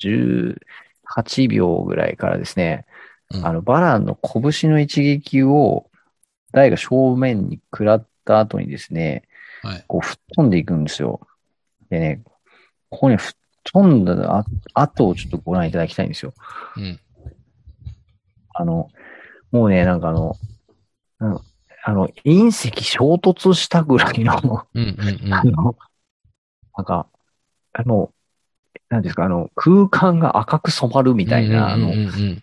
[SPEAKER 2] 18秒ぐらいからですね、
[SPEAKER 1] うん
[SPEAKER 2] あの、バランの拳の一撃を、ダイが正面に食らった後にですね、
[SPEAKER 1] はい。
[SPEAKER 2] こう、吹っ飛んでいくんですよ。でね、ここに吹っ飛んだあ後をちょっとご覧いただきたいんですよ。
[SPEAKER 1] うん。
[SPEAKER 2] あの、もうね、なんかあの、うんあの、隕石衝突したぐらいの、
[SPEAKER 1] うんうんうん
[SPEAKER 2] あ。の、なんか、あの、なんですか、あの、空間が赤く染まるみたいな、あ
[SPEAKER 1] うんうん
[SPEAKER 2] の
[SPEAKER 1] うん、うん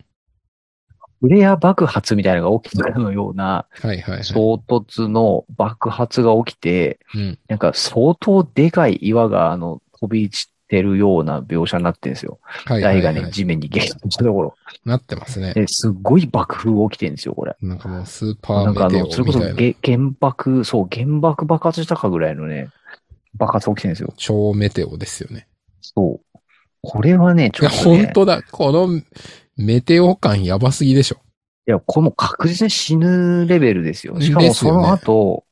[SPEAKER 2] フレア爆発みたいなのが起きたかのような
[SPEAKER 1] はいはいはい。
[SPEAKER 2] 衝突の爆発が起きて、
[SPEAKER 1] うん。
[SPEAKER 2] なんか相当でかい岩があの飛び散ってるような描写になってるんですよ。
[SPEAKER 1] はいは
[SPEAKER 2] 台
[SPEAKER 1] いは
[SPEAKER 2] が
[SPEAKER 1] い。
[SPEAKER 2] ね、地面に激突したところ。
[SPEAKER 1] なってますね。
[SPEAKER 2] えすっごい爆風起きてるんですよ、これ。
[SPEAKER 1] なんかもうスーパー
[SPEAKER 2] なんかあ
[SPEAKER 1] メテ
[SPEAKER 2] の、そ
[SPEAKER 1] オ
[SPEAKER 2] れ
[SPEAKER 1] み
[SPEAKER 2] こそ
[SPEAKER 1] たいな。
[SPEAKER 2] げ原爆、そう、原爆爆発したかぐらいのね、爆発起きてるんですよ。
[SPEAKER 1] 超メテオですよね。
[SPEAKER 2] そう。これはね、ち
[SPEAKER 1] い
[SPEAKER 2] ょ
[SPEAKER 1] や、
[SPEAKER 2] っと、ね。
[SPEAKER 1] 本当だ。このメテオ感やばすぎでしょ。
[SPEAKER 2] いや、これもう確実に死ぬレベルですよ。しかも
[SPEAKER 1] です
[SPEAKER 2] そ
[SPEAKER 1] よね
[SPEAKER 2] の後、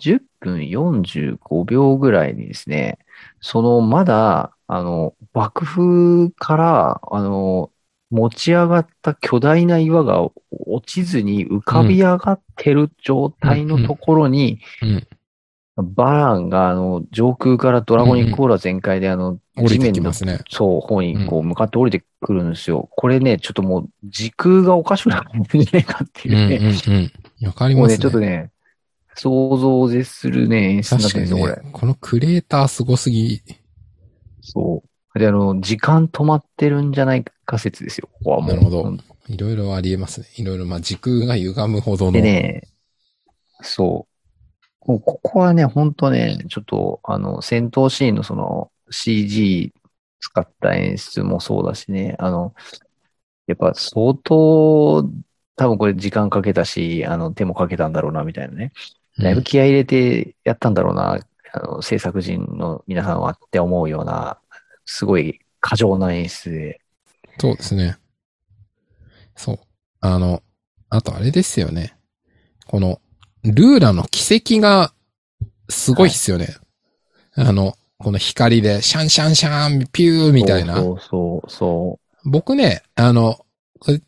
[SPEAKER 2] 10分45秒ぐらいにですね、そのまだ、あの、爆風から、あの、持ち上がった巨大な岩が落ちずに浮かび上がってる状態のところに、
[SPEAKER 1] うん。
[SPEAKER 2] バランが、あの、上空からドラゴニックオーラ全開で、あの、
[SPEAKER 1] 降り
[SPEAKER 2] 地
[SPEAKER 1] て
[SPEAKER 2] 面
[SPEAKER 1] き
[SPEAKER 2] の
[SPEAKER 1] ますね。
[SPEAKER 2] そう、方にこう向かって降りてくるんですよ。これね、ちょっともう時空がおかしくなってるんじゃないかって
[SPEAKER 1] う
[SPEAKER 2] い
[SPEAKER 1] んう
[SPEAKER 2] うんね。
[SPEAKER 1] うん。わかり
[SPEAKER 2] も
[SPEAKER 1] ま
[SPEAKER 2] う
[SPEAKER 1] す
[SPEAKER 2] ね、
[SPEAKER 1] ね。
[SPEAKER 2] ちょっとね、想像を絶するね、演出になっ
[SPEAKER 1] 確か
[SPEAKER 2] てるんです
[SPEAKER 1] に
[SPEAKER 2] よ、こ
[SPEAKER 1] ね
[SPEAKER 2] れ。。
[SPEAKER 1] このクレーターすごすぎ。
[SPEAKER 2] そう。で、あの、時間止まってるんじゃないか説ですよ、ここはもう。
[SPEAKER 1] なるほどいろいろありえますね。いろいろ、まあ、時空が歪むほどの。
[SPEAKER 2] でね、そう。もうここはね、ほんとね、ちょっと、あの、戦闘シーンのその CG 使った演出もそうだしね、あの、やっぱ相当、多分これ時間かけたし、あの、手もかけたんだろうな、みたいなね。だいぶ気合い入れてやったんだろうな、あの、制作陣の皆さんはって思うような、すごい過剰な演出で。
[SPEAKER 1] そうですね。そう。あの、あとあれですよね。この、ルーラの奇跡が、すごいっすよね。あの、この光で、シャンシャンシャン、ピューみたいな。
[SPEAKER 2] そうそうそ
[SPEAKER 1] 僕ね、あの、これ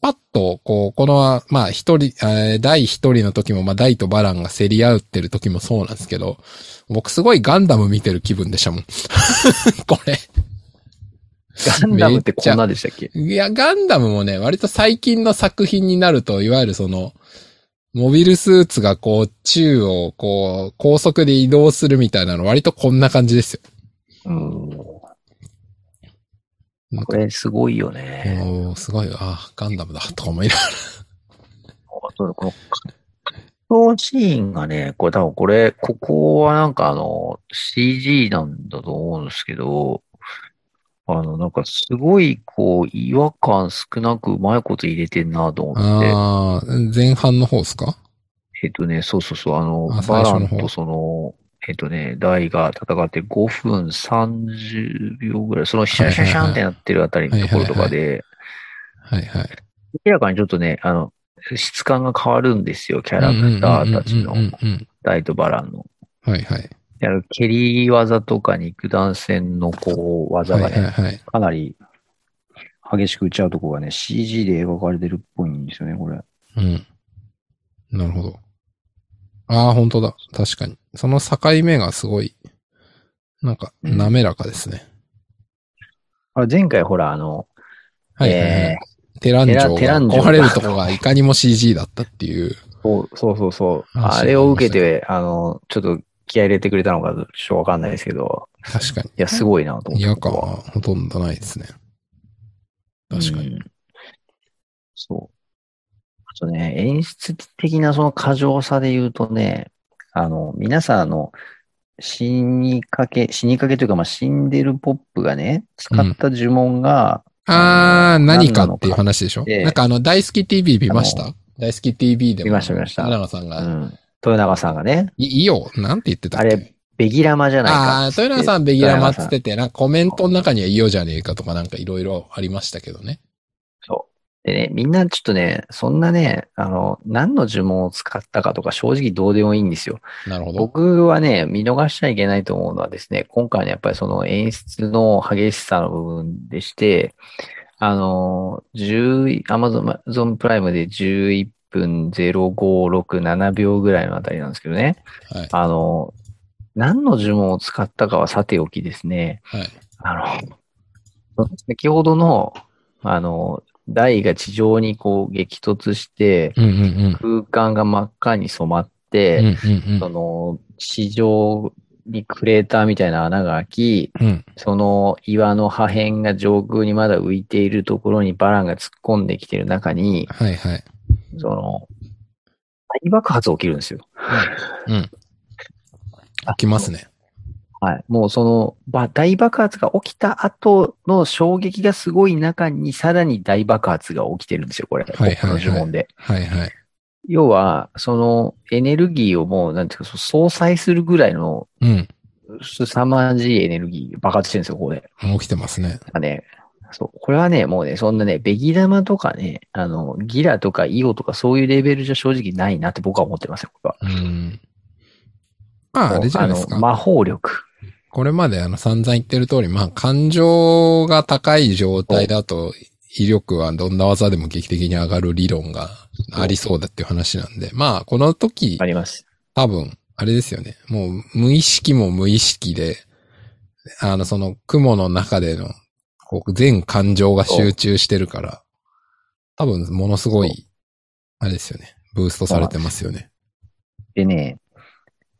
[SPEAKER 1] パッと、こう、この、まあ、一人、えー第一人の時も、まあ、大とバランが競り合ってる時もそうなんですけど、僕すごいガンダム見てる気分でしたもん。 これ。
[SPEAKER 2] う。ガンダムってこんなでしたっけ
[SPEAKER 1] いや、ガンダムもね、割と最近の作品になると、いわゆるその、モビルスーツがこう、宙をこう、高速で移動するみたいなの、割とこんな感じですよ。
[SPEAKER 2] うん。
[SPEAKER 1] なん
[SPEAKER 2] こ
[SPEAKER 1] か、
[SPEAKER 2] れすごいよね。
[SPEAKER 1] おーすごい、ああ、ガンダムだ、とか思いながら。
[SPEAKER 2] あとこの、格闘シーンがね、これ多分これ、ここはなんかあの、CG なんだと思うんですけど、あの、なんかすごい、こう、違和感少なくうまいこと入れてんなと思って。
[SPEAKER 1] ああ、前半の方ですか
[SPEAKER 2] えっとね、そうそうそう、あの、
[SPEAKER 1] あ
[SPEAKER 2] バ
[SPEAKER 1] 最
[SPEAKER 2] ラ
[SPEAKER 1] 初の
[SPEAKER 2] ン
[SPEAKER 1] 方
[SPEAKER 2] とその、えっとね、ダイが戦って5分30秒ぐらい、そのシャンシャンシャンってなってるあたりのところとかで、
[SPEAKER 1] はいはい。
[SPEAKER 2] 明らかにちょっとね、あの、質感が変わるんですよ、キャラクターたちの
[SPEAKER 1] うんう、んうんうん
[SPEAKER 2] ダイとバランの。
[SPEAKER 1] うんはいはい。
[SPEAKER 2] やる蹴り技とか肉弾戦のこう、技
[SPEAKER 1] はい
[SPEAKER 2] が
[SPEAKER 1] はい
[SPEAKER 2] ね、
[SPEAKER 1] はい。
[SPEAKER 2] かなり激しく打ち合うとこがね、CG で描かれてるっぽいんですよね、これ。
[SPEAKER 1] うん。なるほど。ああ、本当だ。確かに。その境目がすごい、なんか、
[SPEAKER 2] うん
[SPEAKER 1] 滑らかですね。
[SPEAKER 2] あれ前回ほら、あの、
[SPEAKER 1] はいはいはい、
[SPEAKER 2] え
[SPEAKER 1] テランジョ
[SPEAKER 2] テラテラン
[SPEAKER 1] ー
[SPEAKER 2] ジョ
[SPEAKER 1] が壊
[SPEAKER 2] ー
[SPEAKER 1] れるとこがいかにも CG だったって いう。
[SPEAKER 2] ーそうそうそうそう、
[SPEAKER 1] あそう
[SPEAKER 2] あれを受けて、あの、ちょっと気合い入れてくれたのか、ちょっとわかんないですけど、
[SPEAKER 1] 確か
[SPEAKER 2] いや、すごいなと思
[SPEAKER 1] に。
[SPEAKER 2] っ
[SPEAKER 1] 違
[SPEAKER 2] て
[SPEAKER 1] 和
[SPEAKER 2] こ
[SPEAKER 1] 感
[SPEAKER 2] こは
[SPEAKER 1] はほとんどないですね。確かに。
[SPEAKER 2] うんそう。あとね、演出的なその過剰さで言うとね、あの、皆さんあの、死にかけ、死にかけというか、まあ、死んでるポップがね、使った呪文が、
[SPEAKER 1] あー、
[SPEAKER 2] うん
[SPEAKER 1] 何かっていう話でしょ
[SPEAKER 2] 何なのかって
[SPEAKER 1] なんかあの、大好き TV 見ました大好き TV でも。
[SPEAKER 2] 見ました見ました
[SPEAKER 1] 奈良さんが、
[SPEAKER 2] うん、豊永さんがね、
[SPEAKER 1] いいよ、なんて言ってたっ
[SPEAKER 2] あ
[SPEAKER 1] け
[SPEAKER 2] れ、ベギラマじゃないか
[SPEAKER 1] ああー、
[SPEAKER 2] っつって。
[SPEAKER 1] 豊永さん、ベギラマっつってて、なんかコメントの中にはいいよじゃねえかとかなんかいろいろありましたけどね。
[SPEAKER 2] そう。でね、みんなちょっとね、そんなね、あの、何の呪文を使ったかとか正直どうでもいいんですよ。
[SPEAKER 1] なるほど。
[SPEAKER 2] 僕はね、見逃しちゃいけないと思うのはですね、今回のやっぱりその演出の激しさの部分でして、あの、10、Amazon プライムで11分0567秒ぐらいのあたりなんですけどね、
[SPEAKER 1] はい。
[SPEAKER 2] あの、何の呪文を使ったかはさておきですね、
[SPEAKER 1] はい。
[SPEAKER 2] あの、先ほどの、あの、台が地上にこう激突して、
[SPEAKER 1] うんうんうん。
[SPEAKER 2] 空間が真っ赤に染まって、
[SPEAKER 1] うんうん
[SPEAKER 2] その、地上にクレーターみたいな穴が開き、
[SPEAKER 1] うん。うん。
[SPEAKER 2] その岩の破片が上空にまだ浮いているところにバランが突っ込んできてる中に、
[SPEAKER 1] はいはい。
[SPEAKER 2] その、大爆発起きるんですよ。
[SPEAKER 1] うん。起きますね。
[SPEAKER 2] はい。もうその、ば大爆発が起きた後の衝撃がすごい中にさらに大爆発が起きてるんですよ、これ。
[SPEAKER 1] はいはいはい
[SPEAKER 2] 僕の呪文で。
[SPEAKER 1] はいはい。
[SPEAKER 2] 要は、そのエネルギーをもう、なんていうか、そう相殺するぐらいの
[SPEAKER 1] うん。
[SPEAKER 2] 凄まじいエネルギー爆発してるんですよ、ここで。
[SPEAKER 1] 起きてますね。
[SPEAKER 2] なんかね、そう、これはね、もうね、そんなね、ベギ玉とかね、あの、ギラとかイオとかそういうレベルじゃ正直ないなって僕は思ってますよ、これは。
[SPEAKER 1] うん。まあ、あれじゃないです
[SPEAKER 2] あの
[SPEAKER 1] か。
[SPEAKER 2] 魔法力。
[SPEAKER 1] これまであの散々言ってる通り、まあ、感情が高い状態だと、威力はどんな技でも劇的に上がる理論がありそうだっていう話なんで、まあ、この時、
[SPEAKER 2] あります。
[SPEAKER 1] 多分、あれですよね。もう、無意識も無意識で、あの、その、雲の中での、こう、全感情が集中してるから、多分、ものすご
[SPEAKER 2] そ
[SPEAKER 1] い、あれですよね。ブーストされてますよね。
[SPEAKER 2] でね、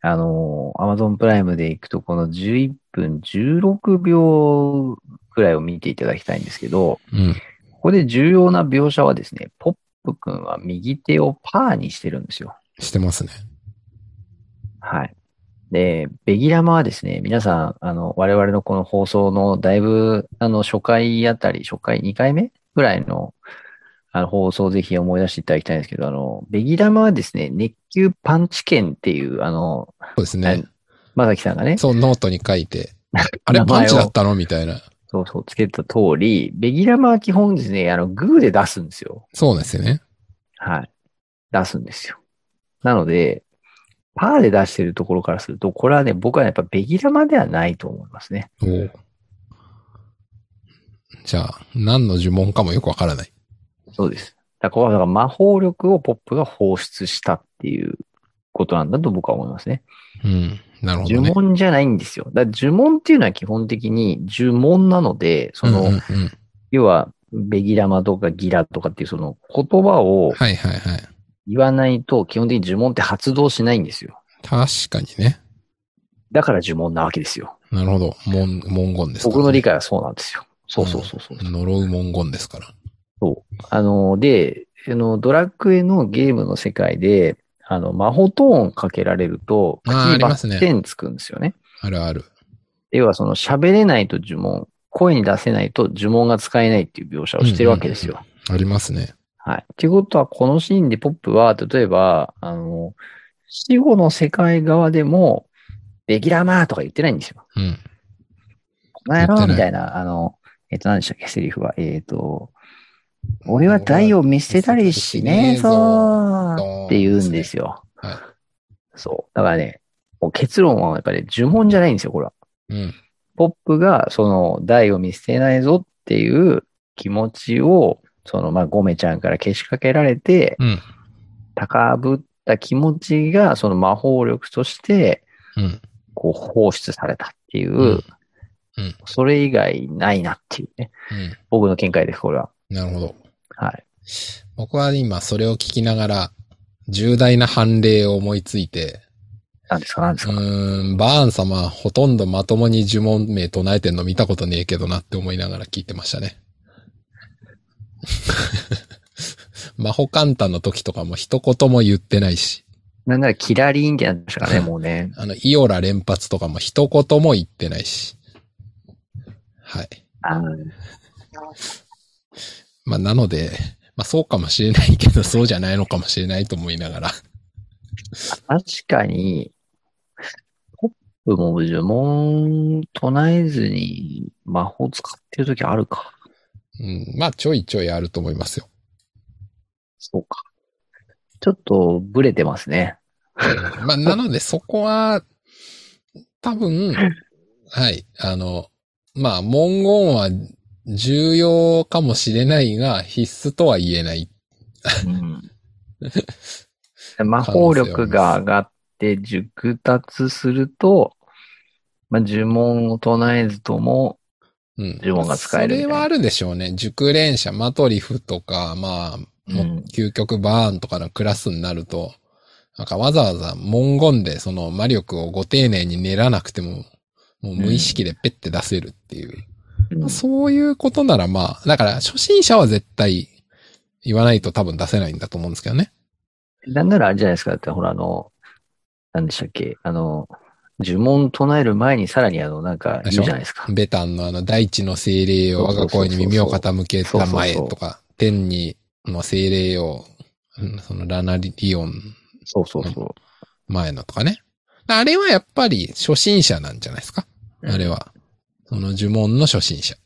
[SPEAKER 2] あの、アマゾンプライムで行くと、この11分16秒くらいを見ていただきたいんですけど、
[SPEAKER 1] うん。
[SPEAKER 2] ここで重要な描写はですね、ポップ君は右手をパーにしてるんですよ。
[SPEAKER 1] してますね。
[SPEAKER 2] はい。で、ベギラマはですね、皆さん、あの、我々のこの放送のだいぶ、あの、初回あたり、初回2回目ぐらいの、あの、放送をぜひ思い出していただきたいんですけど、あの、ベギラマはですね、熱球パンチ券っていう、あの、
[SPEAKER 1] そうですね。
[SPEAKER 2] まさきさんがね、
[SPEAKER 1] そう、ノートに書い て、あれ
[SPEAKER 2] 名前を
[SPEAKER 1] パンチだったのみたいな。
[SPEAKER 2] そうそう、つけた通り、ベギラマは基本ですね、あの、グーで出すんですよ。
[SPEAKER 1] そうですよね。
[SPEAKER 2] はい。出すんですよ。なので、パーで出してるところからすると、これはね、僕はやっぱベギラマではないと思いますね。
[SPEAKER 1] おうじゃあ、何の呪文かもよくわからない。
[SPEAKER 2] そうです。だからこれはだから魔法力をポップが放出したっていうことなんだと僕は思いますね。
[SPEAKER 1] うん。なるほど
[SPEAKER 2] 呪
[SPEAKER 1] ね。
[SPEAKER 2] 文じゃないんですよ。だから呪文っていうのは基本的に呪文なので、その、
[SPEAKER 1] うんうんうん
[SPEAKER 2] 要は、ベギラマとかギラとかっていうその言葉を
[SPEAKER 1] はいはいはい。
[SPEAKER 2] 言わないと基本的に呪文って発動しないんですよ。
[SPEAKER 1] 確かにね。
[SPEAKER 2] だから呪文なわけですよ。
[SPEAKER 1] なるほど。文文言ですから、ね。
[SPEAKER 2] 僕の理解はそうなんですよ。そうそうそうそう。
[SPEAKER 1] 呪う文言ですから。
[SPEAKER 2] あの、で、あの、ドラクエのゲームの世界で、あの、魔法トーンかけられると、口
[SPEAKER 1] あーあ
[SPEAKER 2] に
[SPEAKER 1] り
[SPEAKER 2] バ
[SPEAKER 1] ま
[SPEAKER 2] ッ
[SPEAKER 1] すね
[SPEAKER 2] テンつくんですよね。
[SPEAKER 1] あるある。
[SPEAKER 2] 要はその喋れないと呪文、声に出せないと呪文が使えないっていう描写をしてるわけですよ。
[SPEAKER 1] ありますね。
[SPEAKER 2] はい。っていうことは、このシーンでポップは、例えば、あの、死後の世界側でも、ベギラマーとか言ってないんですよ。
[SPEAKER 1] うん。
[SPEAKER 2] お前やろ
[SPEAKER 1] 言って
[SPEAKER 2] み
[SPEAKER 1] ない
[SPEAKER 2] たいな、あの、えっ、と、何でしたっけ、セリフは。えっ、と、俺は台を見捨てたりしねえぞ
[SPEAKER 1] ぞ
[SPEAKER 2] って言うんですよ。
[SPEAKER 1] はい。
[SPEAKER 2] そう。だからね、もう結論はやっぱり呪文じゃないんですよ、これは。
[SPEAKER 1] うん。
[SPEAKER 2] ポップが、その、台を見捨てないぞっていう気持ちを、その、まあ、ゴメちゃんからけしかけられて、
[SPEAKER 1] うん。
[SPEAKER 2] 高ぶった気持ちが、その魔法力として、
[SPEAKER 1] うん。
[SPEAKER 2] こう、放出されたっていう、
[SPEAKER 1] うん
[SPEAKER 2] それ以外ないなっていうね。
[SPEAKER 1] うん。
[SPEAKER 2] 僕の見解です、これは。
[SPEAKER 1] なるほど。
[SPEAKER 2] はい。
[SPEAKER 1] 僕は今それを聞きながら、重大な判例を思いついて、
[SPEAKER 2] なんですか、なんです
[SPEAKER 1] う
[SPEAKER 2] か。
[SPEAKER 1] ーん、バーン様はほとんどまともに呪文名唱えてんの見たことねえけどなって思いながら聞いてましたね。 マホカンタの時とかも一言も言ってないし、
[SPEAKER 2] なんならキラリンってなってました からね、もうね。
[SPEAKER 1] あの、イオラ連発とかも一言も言ってないし。はい。
[SPEAKER 2] あ
[SPEAKER 1] まあ、なので、まあ、そうかもしれないけど、そうじゃないのかもしれないと思いながら。
[SPEAKER 2] 確かに、ポップも呪文唱えずに魔法使ってる時あるか。
[SPEAKER 1] うん、まあ、ちょいちょいあると思いますよ。
[SPEAKER 2] そうか。ちょっとブレてますね。
[SPEAKER 1] まあ、なので、そこは、多 分、はい、あの、まあ、文言は重要かもしれないが、必須とは言えない。
[SPEAKER 2] うん、 魔法力が上がって熟達すると、まあ、呪文を唱えずとも、
[SPEAKER 1] うん。
[SPEAKER 2] 呪文が使えるみ
[SPEAKER 1] それ
[SPEAKER 2] たいな
[SPEAKER 1] はあるでしょうね。熟練者、マトリフとか、まあ、もう
[SPEAKER 2] うん
[SPEAKER 1] 究極バーンとかのクラスになると、なんかわざわざ文言でその魔力をご丁寧に練らなくても、もう無意識でペッて出せるっていう。
[SPEAKER 2] うん
[SPEAKER 1] そういうことならまあ、だから初心者は絶対言わないと多分出せないんだと思うんですけどね。
[SPEAKER 2] なんならあれじゃないですか。だってほら、あの、なんでしたっけ、あの、呪文唱える前にさらにあの、なんか言うじゃないですか。
[SPEAKER 1] ベタンのあの大地の精霊を我が声に耳を傾けたまえとか、天にの精霊を、うんそのラナリオン
[SPEAKER 2] そうそうそ
[SPEAKER 1] 前のとかね。あれはやっぱり初心者なんじゃないですか、
[SPEAKER 2] う。
[SPEAKER 1] あれは。その呪文の初心者。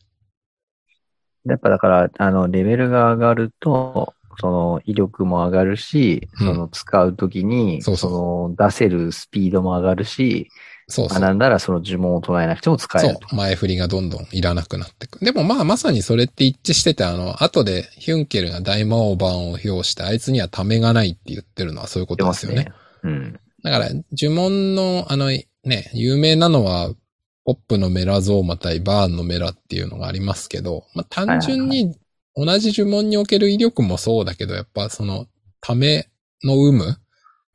[SPEAKER 2] やっぱだから、あの、レベルが上がると、その威力も上がるし、
[SPEAKER 1] うん
[SPEAKER 2] その使うときに、
[SPEAKER 1] そうそう
[SPEAKER 2] その出せるスピードも上がるし、
[SPEAKER 1] そう
[SPEAKER 2] ま
[SPEAKER 1] そ
[SPEAKER 2] あ
[SPEAKER 1] う。
[SPEAKER 2] なんならその呪文を唱えなくても使え
[SPEAKER 1] そ
[SPEAKER 2] る
[SPEAKER 1] う
[SPEAKER 2] と。。
[SPEAKER 1] 前振りがどんどんいらなくなってく。でもまあまさにそれって一致してて、あの、後でヒュンケルが大魔王版を表して、あいつにはためがないって言ってるのはそういうこ
[SPEAKER 2] 出
[SPEAKER 1] とで
[SPEAKER 2] ますす
[SPEAKER 1] よね。
[SPEAKER 2] ね。うん。
[SPEAKER 1] だから、呪文の、あの、ね、有名なのは、ポップのメラゾーマ対バーンのメラっていうのがありますけど、まあ、単純に同じ呪文における威力もそうだけど、やっぱその、ための有無、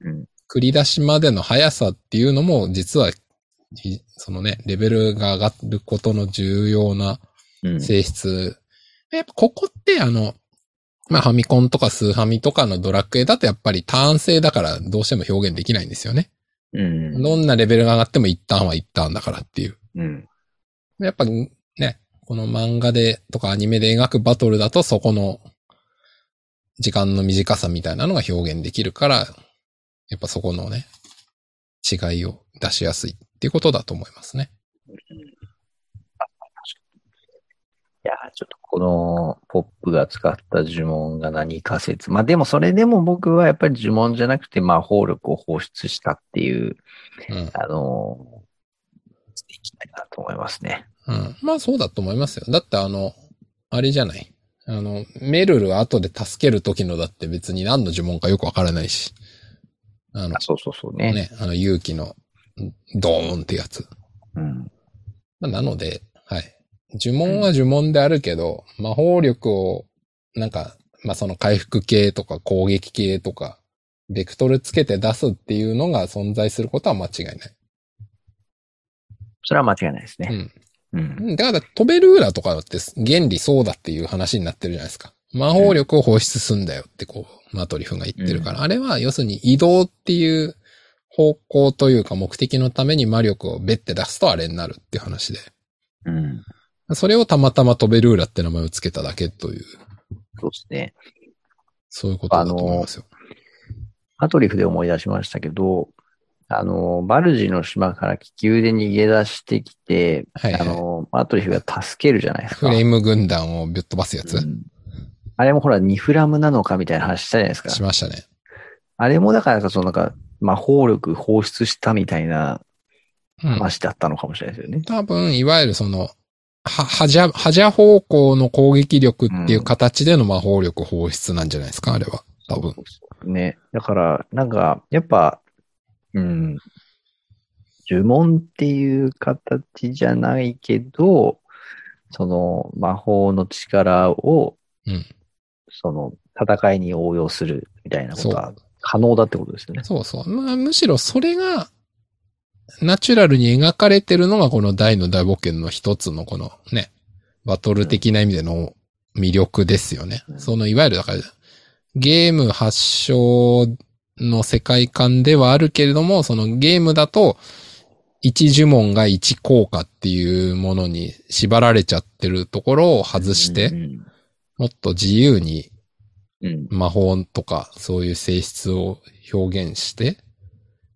[SPEAKER 2] うん
[SPEAKER 1] 繰り出しまでの速さっていうのも、実は、いそのね、レベルが上がることの重要な
[SPEAKER 2] うん。
[SPEAKER 1] 性質。やっぱここってあの、まあ、ファミコンとかスーファミとかのドラクエだとやっぱり単性だからどうしても表現できないんですよね。
[SPEAKER 2] うん。
[SPEAKER 1] どんなレベルが上がっても一旦は一旦だからっていう。
[SPEAKER 2] うん。
[SPEAKER 1] やっぱね、この漫画でとかアニメで描くバトルだとそこの時間の短さみたいなのが表現できるから、やっぱそこのね、違いを出しやすいっていうことだと思いますね。
[SPEAKER 2] いやー、ちょっとこのポップが使った呪文が何か説。まあでもそれでも僕はやっぱり呪文じゃなくて魔法力を放出したっていう、
[SPEAKER 1] うん。
[SPEAKER 2] あのー、素敵だなと思いますね。
[SPEAKER 1] うん。まあそうだと思いますよ。だってあの、あれじゃない。あの、メルル後で助ける時のだって別に何の呪文かよくわからないし。あの
[SPEAKER 2] あ、、そうそうそうね。
[SPEAKER 1] ね、あの勇気のんドーンってやつ。
[SPEAKER 2] うん。
[SPEAKER 1] まあなので、はい。呪文は呪文であるけど、魔法力を、なんか、まあ、その回復系とか攻撃系とか、ベクトルつけて出すっていうのが存在することは間違いない。
[SPEAKER 2] それは間違いないですね。うん。
[SPEAKER 1] うん。だから、飛べる裏とかって原理そうだっていう話になってるじゃないですか。魔法力を放出すんだよってこう、マトリフが言ってるから。あれは、要するに移動っていう方向というか目的のために魔力をベッて出すとあれになるっていう話で。
[SPEAKER 2] うん。
[SPEAKER 1] それをたまたま飛べる裏って名前をつけただけという、
[SPEAKER 2] そうですね。
[SPEAKER 1] そういうことだと思いますよ。
[SPEAKER 2] アトリフで思い出しましたけど、あの、バルジの島から気球で逃げ出してきて、
[SPEAKER 1] はいはい
[SPEAKER 2] あの、アトリフが助けるじゃないです
[SPEAKER 1] フ
[SPEAKER 2] か。
[SPEAKER 1] レーム軍団をぶっ飛ばすやつ、
[SPEAKER 2] うんあれもほら、ニフラムなのかみたいな話したじゃないですか。
[SPEAKER 1] しましたね。
[SPEAKER 2] あれもだから、そのなんか、魔法力放出したみたいな
[SPEAKER 1] うん。
[SPEAKER 2] 話だったのかもしれないですよね。
[SPEAKER 1] 多分、いわゆるその、は、はじゃ、はじゃ方向の攻撃力っていう形での魔法力放出なんじゃないですか、あれは。多分。
[SPEAKER 2] ね。だから、なんか、やっぱ、うん、呪文っていう形じゃないけど、その魔法の力を、
[SPEAKER 1] うん
[SPEAKER 2] その戦いに応用するみたいなこと
[SPEAKER 1] そ
[SPEAKER 2] が可能だってことですよ ね。
[SPEAKER 1] そうそう。まあ、むしろそれが、ナチュラルに描かれてるのがこの大の大冒険の一つのこのね、バトル的な意味での魅力ですよね。
[SPEAKER 2] うん
[SPEAKER 1] そのいわゆるだから、ゲーム発祥の世界観ではあるけれども、そのゲームだと、一呪文が一効果っていうものに縛られちゃってるところを外して、
[SPEAKER 2] うん
[SPEAKER 1] もっと自由に
[SPEAKER 2] うん。
[SPEAKER 1] 魔法とかそういう性質を表現して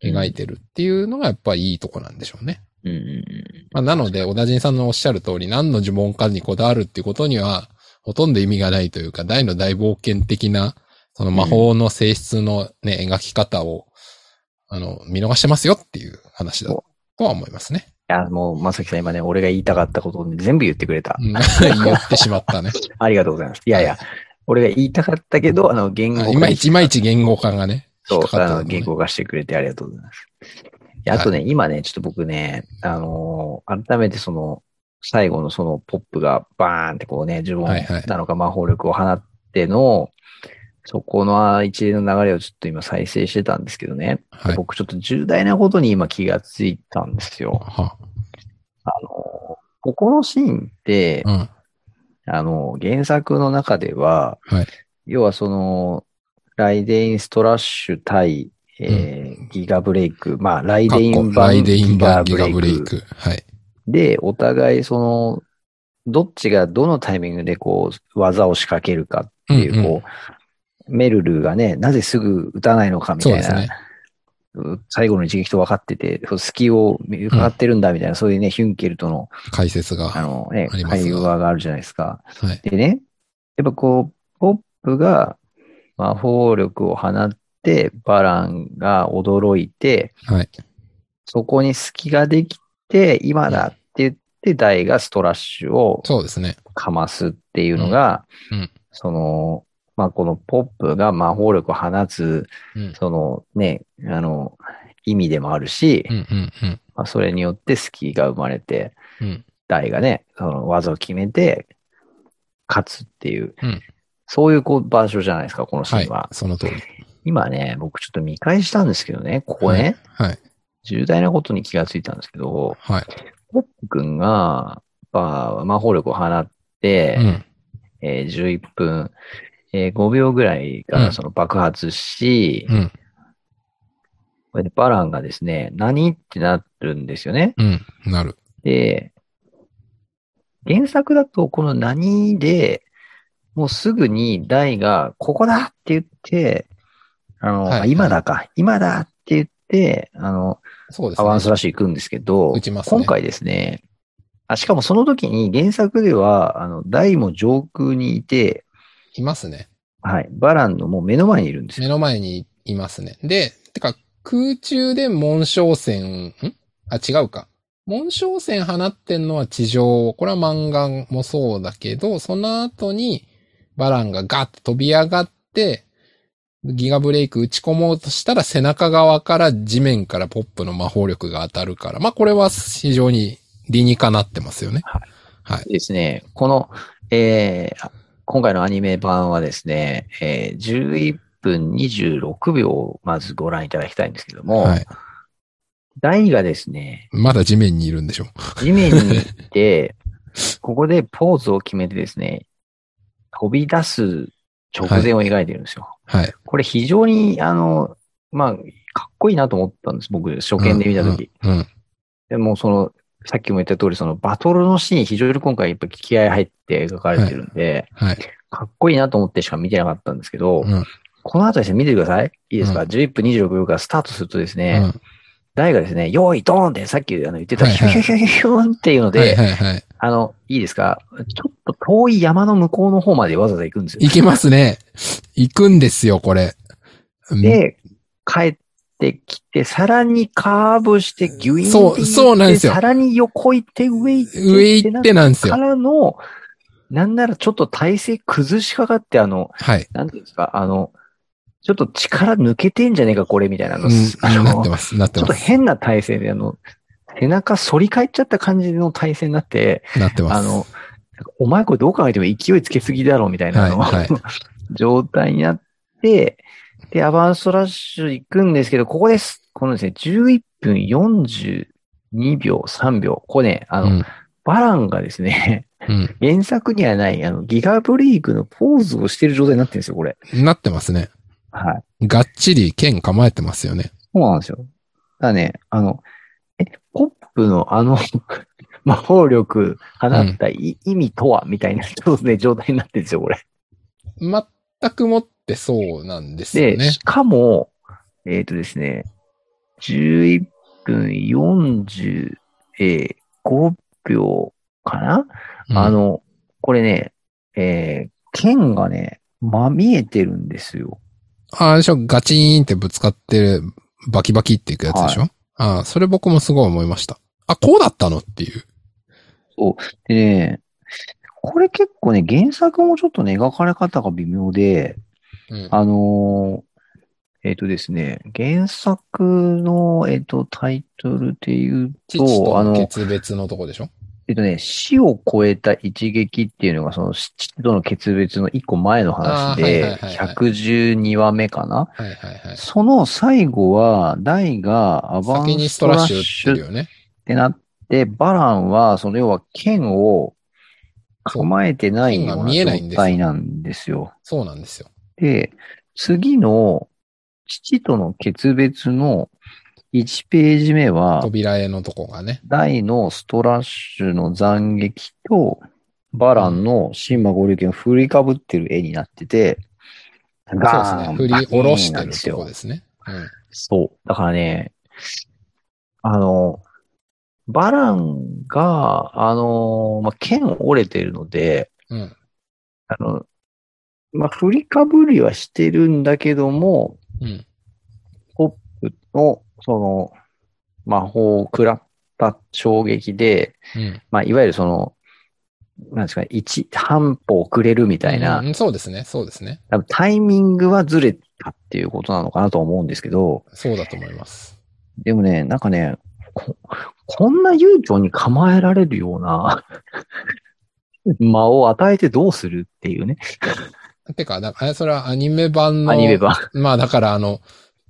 [SPEAKER 1] 描いてるっていうのがやっぱりいいとこなんでしょうね。
[SPEAKER 2] うん。うん
[SPEAKER 1] まあ、なので、小田人さんのおっしゃる通り何の呪文かにこだわるっていうことにはほとんど意味がないというか、大の大冒険的なその魔法の性質のね、描き方をあの、見逃してますよっていう話だとは思いますね。
[SPEAKER 2] いや、もう、まさきさん今ね、俺が言いたかったことをね全部言ってくれた
[SPEAKER 1] う。ん 言ってしま ったね。
[SPEAKER 2] ありがとうございます。いやいや、俺が言いたかったけど、あの、言語
[SPEAKER 1] あ
[SPEAKER 2] 化
[SPEAKER 1] いまいちいまいち言語化がね。
[SPEAKER 2] そう
[SPEAKER 1] 引っ、かかっ
[SPEAKER 2] あ
[SPEAKER 1] た
[SPEAKER 2] の、
[SPEAKER 1] とこね
[SPEAKER 2] 言語化してくれてありがとうございます。いやあとね、今ね、ちょっと僕ね、あのー改めてその、最後のそのポップがバーンってこうね、呪
[SPEAKER 1] はい
[SPEAKER 2] 文
[SPEAKER 1] はい
[SPEAKER 2] なのか魔法力を放っての、そこの一連の流れをちょっと今再生してたんですけどね、
[SPEAKER 1] はい。
[SPEAKER 2] 僕ちょっと重大なことに今気がついたんですよ。
[SPEAKER 1] は
[SPEAKER 2] あのーここのシーンって、
[SPEAKER 1] うん。
[SPEAKER 2] あの、原作の中では、
[SPEAKER 1] はい
[SPEAKER 2] 要はその、ライデインストラッシュ対、えーギガブレイク、まあ、ライ
[SPEAKER 1] かっ
[SPEAKER 2] デイン
[SPEAKER 1] こ
[SPEAKER 2] 版
[SPEAKER 1] ライデイン版ギ
[SPEAKER 2] ギ
[SPEAKER 1] ガ
[SPEAKER 2] ガ
[SPEAKER 1] ブ
[SPEAKER 2] ブ
[SPEAKER 1] レ
[SPEAKER 2] レ
[SPEAKER 1] イ
[SPEAKER 2] イク
[SPEAKER 1] ク。はい。
[SPEAKER 2] で、お互いその、どっちがどのタイミングでこう、技を仕掛けるかっていう、
[SPEAKER 1] うんうん
[SPEAKER 2] こう、メルルがね、なぜすぐ打たないのかみ
[SPEAKER 1] そ
[SPEAKER 2] た
[SPEAKER 1] う
[SPEAKER 2] い
[SPEAKER 1] です
[SPEAKER 2] な、
[SPEAKER 1] ね。
[SPEAKER 2] うん最後の一撃と分かってて、そう隙を伺ってるんだみたいな、そういうね、ヒュンケルとの、
[SPEAKER 1] 解説が。
[SPEAKER 2] あのね
[SPEAKER 1] あり、ますが
[SPEAKER 2] 会話があるじゃないですか。
[SPEAKER 1] はい。
[SPEAKER 2] でね、やっぱこう、ポップが魔法力を放って、バランが驚いて、
[SPEAKER 1] はい。
[SPEAKER 2] そこに隙ができて、今だって言って、ダイがストラッシュを
[SPEAKER 1] そうですね。
[SPEAKER 2] かますっていうのが、
[SPEAKER 1] うんうん
[SPEAKER 2] その、まあ、このポップが魔法力を放つ、
[SPEAKER 1] うん。
[SPEAKER 2] そのね、あの、意味でもあるし、
[SPEAKER 1] うんうんうん。
[SPEAKER 2] まあ、それによって隙が生まれて、
[SPEAKER 1] うん。
[SPEAKER 2] ダイがね、その技を決めて、勝つっていう、
[SPEAKER 1] うん
[SPEAKER 2] そういうこう場所じゃないですか、このシ
[SPEAKER 1] は
[SPEAKER 2] ー
[SPEAKER 1] い
[SPEAKER 2] ンは。。
[SPEAKER 1] その通り。
[SPEAKER 2] 今ね、僕ちょっと見返したんですけどね、ここね、
[SPEAKER 1] はい。
[SPEAKER 2] 重大なことに気がついたんですけど、
[SPEAKER 1] はい。
[SPEAKER 2] ポップ君が、まあ、魔法力を放っ
[SPEAKER 1] う
[SPEAKER 2] て、
[SPEAKER 1] ん。
[SPEAKER 2] えー11分、えー5秒ぐらいか
[SPEAKER 1] う
[SPEAKER 2] ら
[SPEAKER 1] ん
[SPEAKER 2] その爆発し、
[SPEAKER 1] うん。
[SPEAKER 2] これでバランがですね、何ってなるんですよね。
[SPEAKER 1] うん、なる。
[SPEAKER 2] で、原作だとこの何で、もうすぐに大がここだって言って、あの、
[SPEAKER 1] はい
[SPEAKER 2] あ今だか、今だって言って、あの、
[SPEAKER 1] そうです
[SPEAKER 2] ア
[SPEAKER 1] ね。
[SPEAKER 2] ワンスラッシュ行くんですけど、
[SPEAKER 1] 打ちますね
[SPEAKER 2] 今回ですね、あ、しかもその時に原作では、あの、大も上空にいて、
[SPEAKER 1] いますね。
[SPEAKER 2] はい、バランのもう目の前にいるんですよ。
[SPEAKER 1] 目の前にいますね。で、てか、空中で紋章線、んあ、違うか。紋章線放ってんのは地上。これは漫画もそうだけど、その後にバランがガッと飛び上がって、ギガブレイク打ち込もうとしたら背中側から地面からポップの魔法力が当たるから。まあこれは非常に理にかなってますよね。
[SPEAKER 2] ですね、この、えー今回のアニメ版はですね、えー11分26秒をまずご覧いただきたいんですけども、
[SPEAKER 1] はい。
[SPEAKER 2] 大がですね、
[SPEAKER 1] まだ地面にいるんでしょ。
[SPEAKER 2] 地面に行って、 ここでポーズを決めてですね、飛び出す直前を描いてるんですよ。
[SPEAKER 1] はい。
[SPEAKER 2] これ非常に、あの、まあ、かっこいいなと思ったんです、僕、初見で見たとき。
[SPEAKER 1] うん。うん
[SPEAKER 2] でも、その、さっきも言った通り、そのバトルのシーン、非常に今回やっぱ気合入って描かれてるんで、
[SPEAKER 1] はい。
[SPEAKER 2] かっこいいなと思ってしか見てなかったんですけど、
[SPEAKER 1] うん。
[SPEAKER 2] この後ですね、見ててください。いいですか、
[SPEAKER 1] うん
[SPEAKER 2] ?11 分26秒からスタートするとですね、
[SPEAKER 1] うん
[SPEAKER 2] 台がですね、用意ドーンってさっきあの言ってた、
[SPEAKER 1] はい
[SPEAKER 2] ヒュ
[SPEAKER 1] はい
[SPEAKER 2] ヒュヒュヒュヒュンっていうので、
[SPEAKER 1] はいはいはい。
[SPEAKER 2] あの、いいですかちょっと遠い山の向こうの方までわざわざ行くんですよ。
[SPEAKER 1] 行きますね。行くんですよ、これ。うん
[SPEAKER 2] で、帰ってきて、さらにカーブして、ギュイーンって行っ
[SPEAKER 1] そ
[SPEAKER 2] て
[SPEAKER 1] うそうなんですよ
[SPEAKER 2] さらに横行って、上行って、
[SPEAKER 1] 上行ってなんです
[SPEAKER 2] か
[SPEAKER 1] よ。
[SPEAKER 2] らの、なんならちょっと体勢崩しかかって、あの、
[SPEAKER 1] はい。
[SPEAKER 2] なんていうんですか、あの、ちょっと力抜けてんじゃねえか、これ、みたいな
[SPEAKER 1] う
[SPEAKER 2] の。あ
[SPEAKER 1] ん、なっ
[SPEAKER 2] の
[SPEAKER 1] て、ます、なっ
[SPEAKER 2] ち
[SPEAKER 1] て
[SPEAKER 2] ょっと
[SPEAKER 1] ま
[SPEAKER 2] 変な体勢で、あの、背中反り返っちゃった感じの体勢になって、
[SPEAKER 1] す。なってます。
[SPEAKER 2] あの、お前これどう考えても勢いつけすぎだろ、みたいなあの、
[SPEAKER 1] はいはい
[SPEAKER 2] 状態になって、で、アバンストラッシュ行くんですけど、ここです。このですね、11分42秒、3秒。これね、あの、
[SPEAKER 1] うん、
[SPEAKER 2] バランがですね、
[SPEAKER 1] うん。
[SPEAKER 2] 原作にはない、あの、ギガブレイクのポーズをしてる状態になってるんですよ、これ。
[SPEAKER 1] なってますね。
[SPEAKER 2] はい。
[SPEAKER 1] がっちり剣構えてますよね。
[SPEAKER 2] そうなんですよ。だからね、あの、え、ポップのあの 魔法力放ったい、意味とはみたいな、そうですね、状態になってるんですよ、これ。
[SPEAKER 1] 全くもってそうなんですよ
[SPEAKER 2] で、
[SPEAKER 1] ね
[SPEAKER 2] し。かも、えっ、とですね、11分45秒かな、
[SPEAKER 1] うん
[SPEAKER 2] あ、の、これね、えー剣がね、まみえてるんですよ。
[SPEAKER 1] あれでしょ、ガチーンってぶつかって、バキバキっていくやつでしょ、ああ、それ僕もすごい思いました。あ、こうだったのっていう。
[SPEAKER 2] でね、これ結構ね、原作もちょっとね、描かれ方が微妙で、
[SPEAKER 1] うん
[SPEAKER 2] あのーえっ、とですね、原作の、えっ、と、タイトルで言う
[SPEAKER 1] 父と
[SPEAKER 2] と、あの、
[SPEAKER 1] 決別のとこでしょ
[SPEAKER 2] えっとね、死を超えた一撃っていうのが、その死との決別の一個前の話
[SPEAKER 1] あ
[SPEAKER 2] で、
[SPEAKER 1] ーはいはいはいはい
[SPEAKER 2] 112話目かな。
[SPEAKER 1] はいはいはい。
[SPEAKER 2] その最後は、ダイがアバン
[SPEAKER 1] 先に
[SPEAKER 2] ス
[SPEAKER 1] スト
[SPEAKER 2] トラ
[SPEAKER 1] ラ
[SPEAKER 2] ッ
[SPEAKER 1] ッ
[SPEAKER 2] シ
[SPEAKER 1] シュ打
[SPEAKER 2] ュ
[SPEAKER 1] ってるよね。
[SPEAKER 2] ってなって、バランは、その要は剣を構えてないよう
[SPEAKER 1] そう剣が見えないん
[SPEAKER 2] な
[SPEAKER 1] ですよ
[SPEAKER 2] 状態なんですよ。
[SPEAKER 1] そうなんですよ。
[SPEAKER 2] で、次の父との決別の1ページ目は、
[SPEAKER 1] 扉絵のとこがね。
[SPEAKER 2] 大のストラッシュの斬撃と、バランの新馬合流拳を振りかぶってる絵になってて、
[SPEAKER 1] そう
[SPEAKER 2] ガ
[SPEAKER 1] です
[SPEAKER 2] ー
[SPEAKER 1] ね。
[SPEAKER 2] ン
[SPEAKER 1] 振り下ろして
[SPEAKER 2] バキーンなん
[SPEAKER 1] る
[SPEAKER 2] です
[SPEAKER 1] とこ
[SPEAKER 2] よ。
[SPEAKER 1] ですね。うん。
[SPEAKER 2] そう。だからね、あの、バランが、あの、まあ、剣折れてるので、
[SPEAKER 1] うん。
[SPEAKER 2] あの、まあ、振りかぶりはしてるんだけども、
[SPEAKER 1] うん。
[SPEAKER 2] の、その、魔法を食らった衝撃で、
[SPEAKER 1] うん。
[SPEAKER 2] まあ、いわゆるその、なんですかね、一、半歩遅れるみたいな、
[SPEAKER 1] うんそうですね。そうですね。
[SPEAKER 2] 多分タイミングはずれたっていうことなのかなと思うんですけど、
[SPEAKER 1] そうだと思います。
[SPEAKER 2] でもね、なんかね、ここんな悠長に構えられるような間を与えてどうするっていうね、
[SPEAKER 1] てか、だから、それはアニメ版の。
[SPEAKER 2] アニメ版。
[SPEAKER 1] まあ、だから、あの、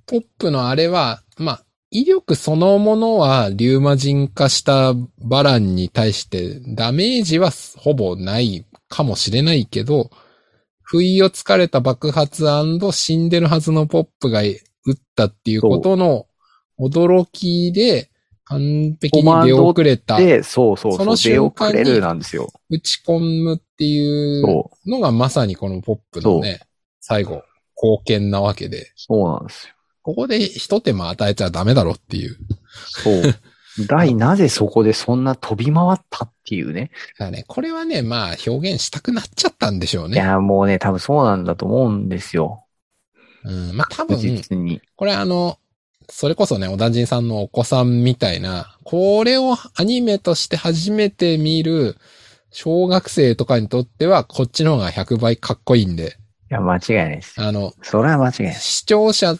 [SPEAKER 1] ポップのあれは、まあ、威力そのものは、リューマ人化したバランに対して、ダメージはほぼないかもしれないけど、不意をつかれた爆発死んでるはずのポップが撃ったっていうことの驚きで、完璧に出遅れた、
[SPEAKER 2] で、そうそう
[SPEAKER 1] そ
[SPEAKER 2] そ
[SPEAKER 1] の
[SPEAKER 2] う、出
[SPEAKER 1] 瞬間
[SPEAKER 2] 遅
[SPEAKER 1] に
[SPEAKER 2] れるなんですよ。
[SPEAKER 1] 打ち込むっていう
[SPEAKER 2] そう、
[SPEAKER 1] のがまさにこのポップのね、最後、貢献なわけで、
[SPEAKER 2] そうなんですよ。
[SPEAKER 1] ここで一手間与えちゃダメだろっていう。
[SPEAKER 2] そう。大、なぜそこでそんな飛び回ったっていうね。
[SPEAKER 1] だからね、これはね、まあ表現したくなっちゃったんでしょう
[SPEAKER 2] い
[SPEAKER 1] ね。
[SPEAKER 2] や、もうね、多分そうなんだと思うんですよ。
[SPEAKER 1] うん、まあ多
[SPEAKER 2] 確
[SPEAKER 1] 分、
[SPEAKER 2] 実に。
[SPEAKER 1] これあの、それこそね、小田人さんのお子さんみたいな、これをアニメとして初めて見る小学生とかにとっては、こっちの方が100倍かっこいいんで、
[SPEAKER 2] いや、間違いないです。
[SPEAKER 1] あの、
[SPEAKER 2] それは間違いないです。
[SPEAKER 1] 視聴者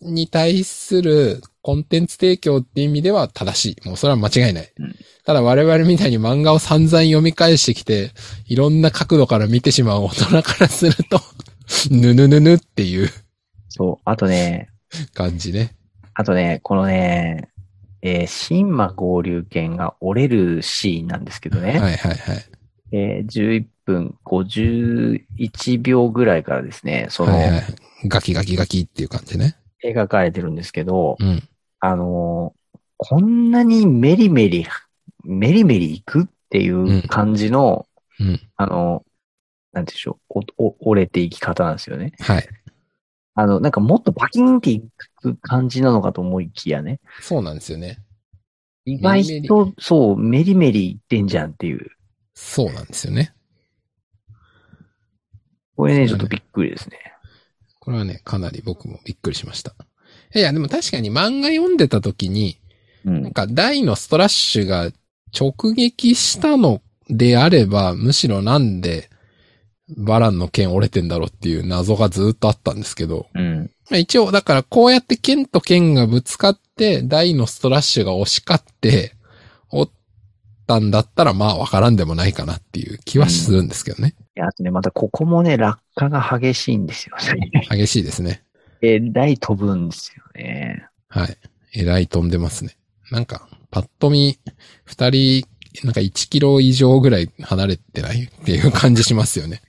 [SPEAKER 1] に対するコンテンツ提供っていう意味では正しい。もうそれは間違いない。
[SPEAKER 2] うん
[SPEAKER 1] ただ我々みたいに漫画を散々読み返してきて、いろんな角度から見てしまう大人からすると、 ぬぬぬぬっていう
[SPEAKER 2] そう。あとね、
[SPEAKER 1] 感じね。
[SPEAKER 2] あとね、このね、えー、新馬合流券が折れるシーンなんですけど
[SPEAKER 1] はい
[SPEAKER 2] ね、
[SPEAKER 1] はいはい。
[SPEAKER 2] えー11分51秒ぐらいからですね、その、
[SPEAKER 1] はいはい。ガキガキガキっていう感じね。
[SPEAKER 2] 描かれてるんですけど、
[SPEAKER 1] うん。
[SPEAKER 2] あのーこんなにメリメリ、メリメリいくっていう感じの、
[SPEAKER 1] うん。
[SPEAKER 2] あのーなんていうんでしょうおお、折れていき方なんですよね。
[SPEAKER 1] はい。
[SPEAKER 2] あの、なんかもっとバキンっていく感じなのかと思いきやね。
[SPEAKER 1] そうなんですよね。
[SPEAKER 2] 意外と、そう、メリメリいってんじゃんっていう。
[SPEAKER 1] そうなんですよね。
[SPEAKER 2] これね、ち
[SPEAKER 1] そうだ
[SPEAKER 2] ょっ
[SPEAKER 1] ね
[SPEAKER 2] とびっくりですね。
[SPEAKER 1] これはね、かなり僕もびっくりしました。いや、でも確かに漫画読んでた時に、
[SPEAKER 2] う
[SPEAKER 1] なん
[SPEAKER 2] ん。
[SPEAKER 1] か大のストラッシュが直撃したのであれば、むしろなんで、バランの剣折れてんだろうっていう謎がずっとあったんですけど、
[SPEAKER 2] うん。
[SPEAKER 1] まあ一応、だからこうやって剣と剣がぶつかって、大のストラッシュが押し勝って、折ったんだったら、まあわからんでもないかなっていう気はするんですけどね。
[SPEAKER 2] いやあとね、またここもね、落下が激しいんですよ ね。
[SPEAKER 1] 激しいですね。
[SPEAKER 2] えらい飛ぶんですよね。
[SPEAKER 1] はい。えらい飛んでますね。なんか、パッと見、二人、なんか1キロ以上ぐらい離れてないっていう感じしますよね。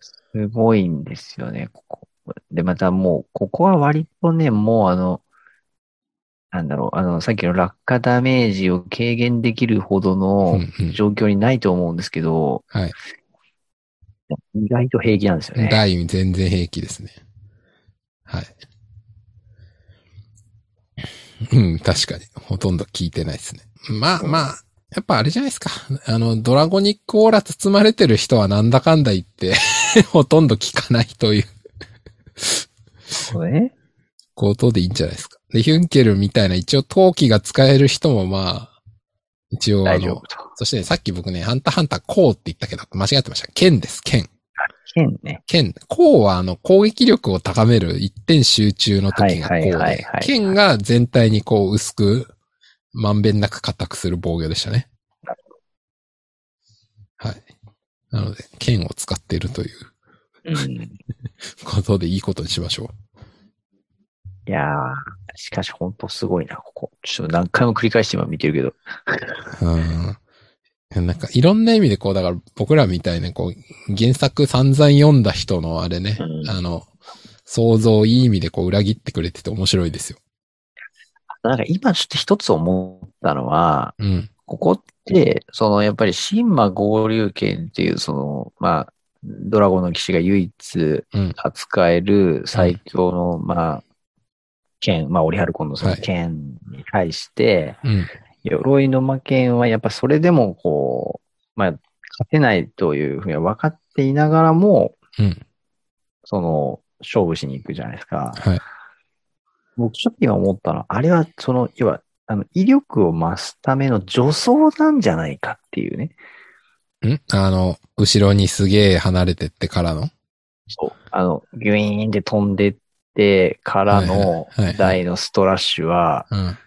[SPEAKER 2] そう。すごいんですよね、ここ。で、またもう、ここは割とね、もうあの、なんだろう、あの、さっきの落下ダメージを軽減できるほど
[SPEAKER 1] うんう
[SPEAKER 2] の
[SPEAKER 1] ん。
[SPEAKER 2] 状況にないと思うんですけど、
[SPEAKER 1] はい。
[SPEAKER 2] 意外と平気なんですよね。
[SPEAKER 1] 大全然平気ですね。はい。うん、確かに。ほとんど聞いてないですね。まあまあ、やっぱあれじゃないですか。あの、ドラゴニックオーラ包まれてる人はなんだかんだ言って、 ほとんど聞かないという
[SPEAKER 2] そうね。
[SPEAKER 1] ことでいいんじゃないですか。で、ヒュンケルみたいな一応陶器が使える人もまあ、一応あ
[SPEAKER 2] 大丈
[SPEAKER 1] の
[SPEAKER 2] 夫、と。
[SPEAKER 1] そしてね、さっき僕ね、ハンターハンターこうって言ったけど、間違ってました。剣です、剣。
[SPEAKER 2] 剣ね。
[SPEAKER 1] 剣、こうはあの攻撃力を高める一点集中の時がこう
[SPEAKER 2] はいはいはい
[SPEAKER 1] で
[SPEAKER 2] は、い
[SPEAKER 1] 剣が全体にこう薄く、まんべんなく硬くする防御でしたね
[SPEAKER 2] な。
[SPEAKER 1] はい。なので、剣を使っているという
[SPEAKER 2] うん。
[SPEAKER 1] ことでいいことにしましょ
[SPEAKER 2] いやー、しかし本当すごいな、ここ。ちょっと何回も繰り返して今見てるけど。
[SPEAKER 1] う。うん。なんかいろんな意味でこう、だから僕らみたいなこう、原作散々読んだ人のあれね、
[SPEAKER 2] うん
[SPEAKER 1] あの、想像をいい意味でこう裏切ってくれてて面白いですよ。
[SPEAKER 2] なんか今ちょっと一つ思ったのは、
[SPEAKER 1] うん。
[SPEAKER 2] ここって、そのやっぱり新馬合流圏っていう、その、まあ、ドラゴンの騎士が唯一
[SPEAKER 1] うん
[SPEAKER 2] 扱える最強の、まあ、剣、まあ、オリハルコンのその
[SPEAKER 1] はい
[SPEAKER 2] 剣に対して、
[SPEAKER 1] うん。
[SPEAKER 2] 鎧の魔剣はやっぱそれでもこう、まあ、勝てないというふうには分かっていながらも、
[SPEAKER 1] うん。
[SPEAKER 2] その、勝負しに行くじゃないですか。
[SPEAKER 1] はい。
[SPEAKER 2] 僕ちょっと今思ったのは、あれはその、要は、あの、威力を増すための助走なんじゃないかっていうね。
[SPEAKER 1] んあの、後ろにすげえ離れてってからの
[SPEAKER 2] そう。あの、ギュイーンって飛んでってから
[SPEAKER 1] はい
[SPEAKER 2] の
[SPEAKER 1] はいはいはい
[SPEAKER 2] 台のストラッシュは、
[SPEAKER 1] うん。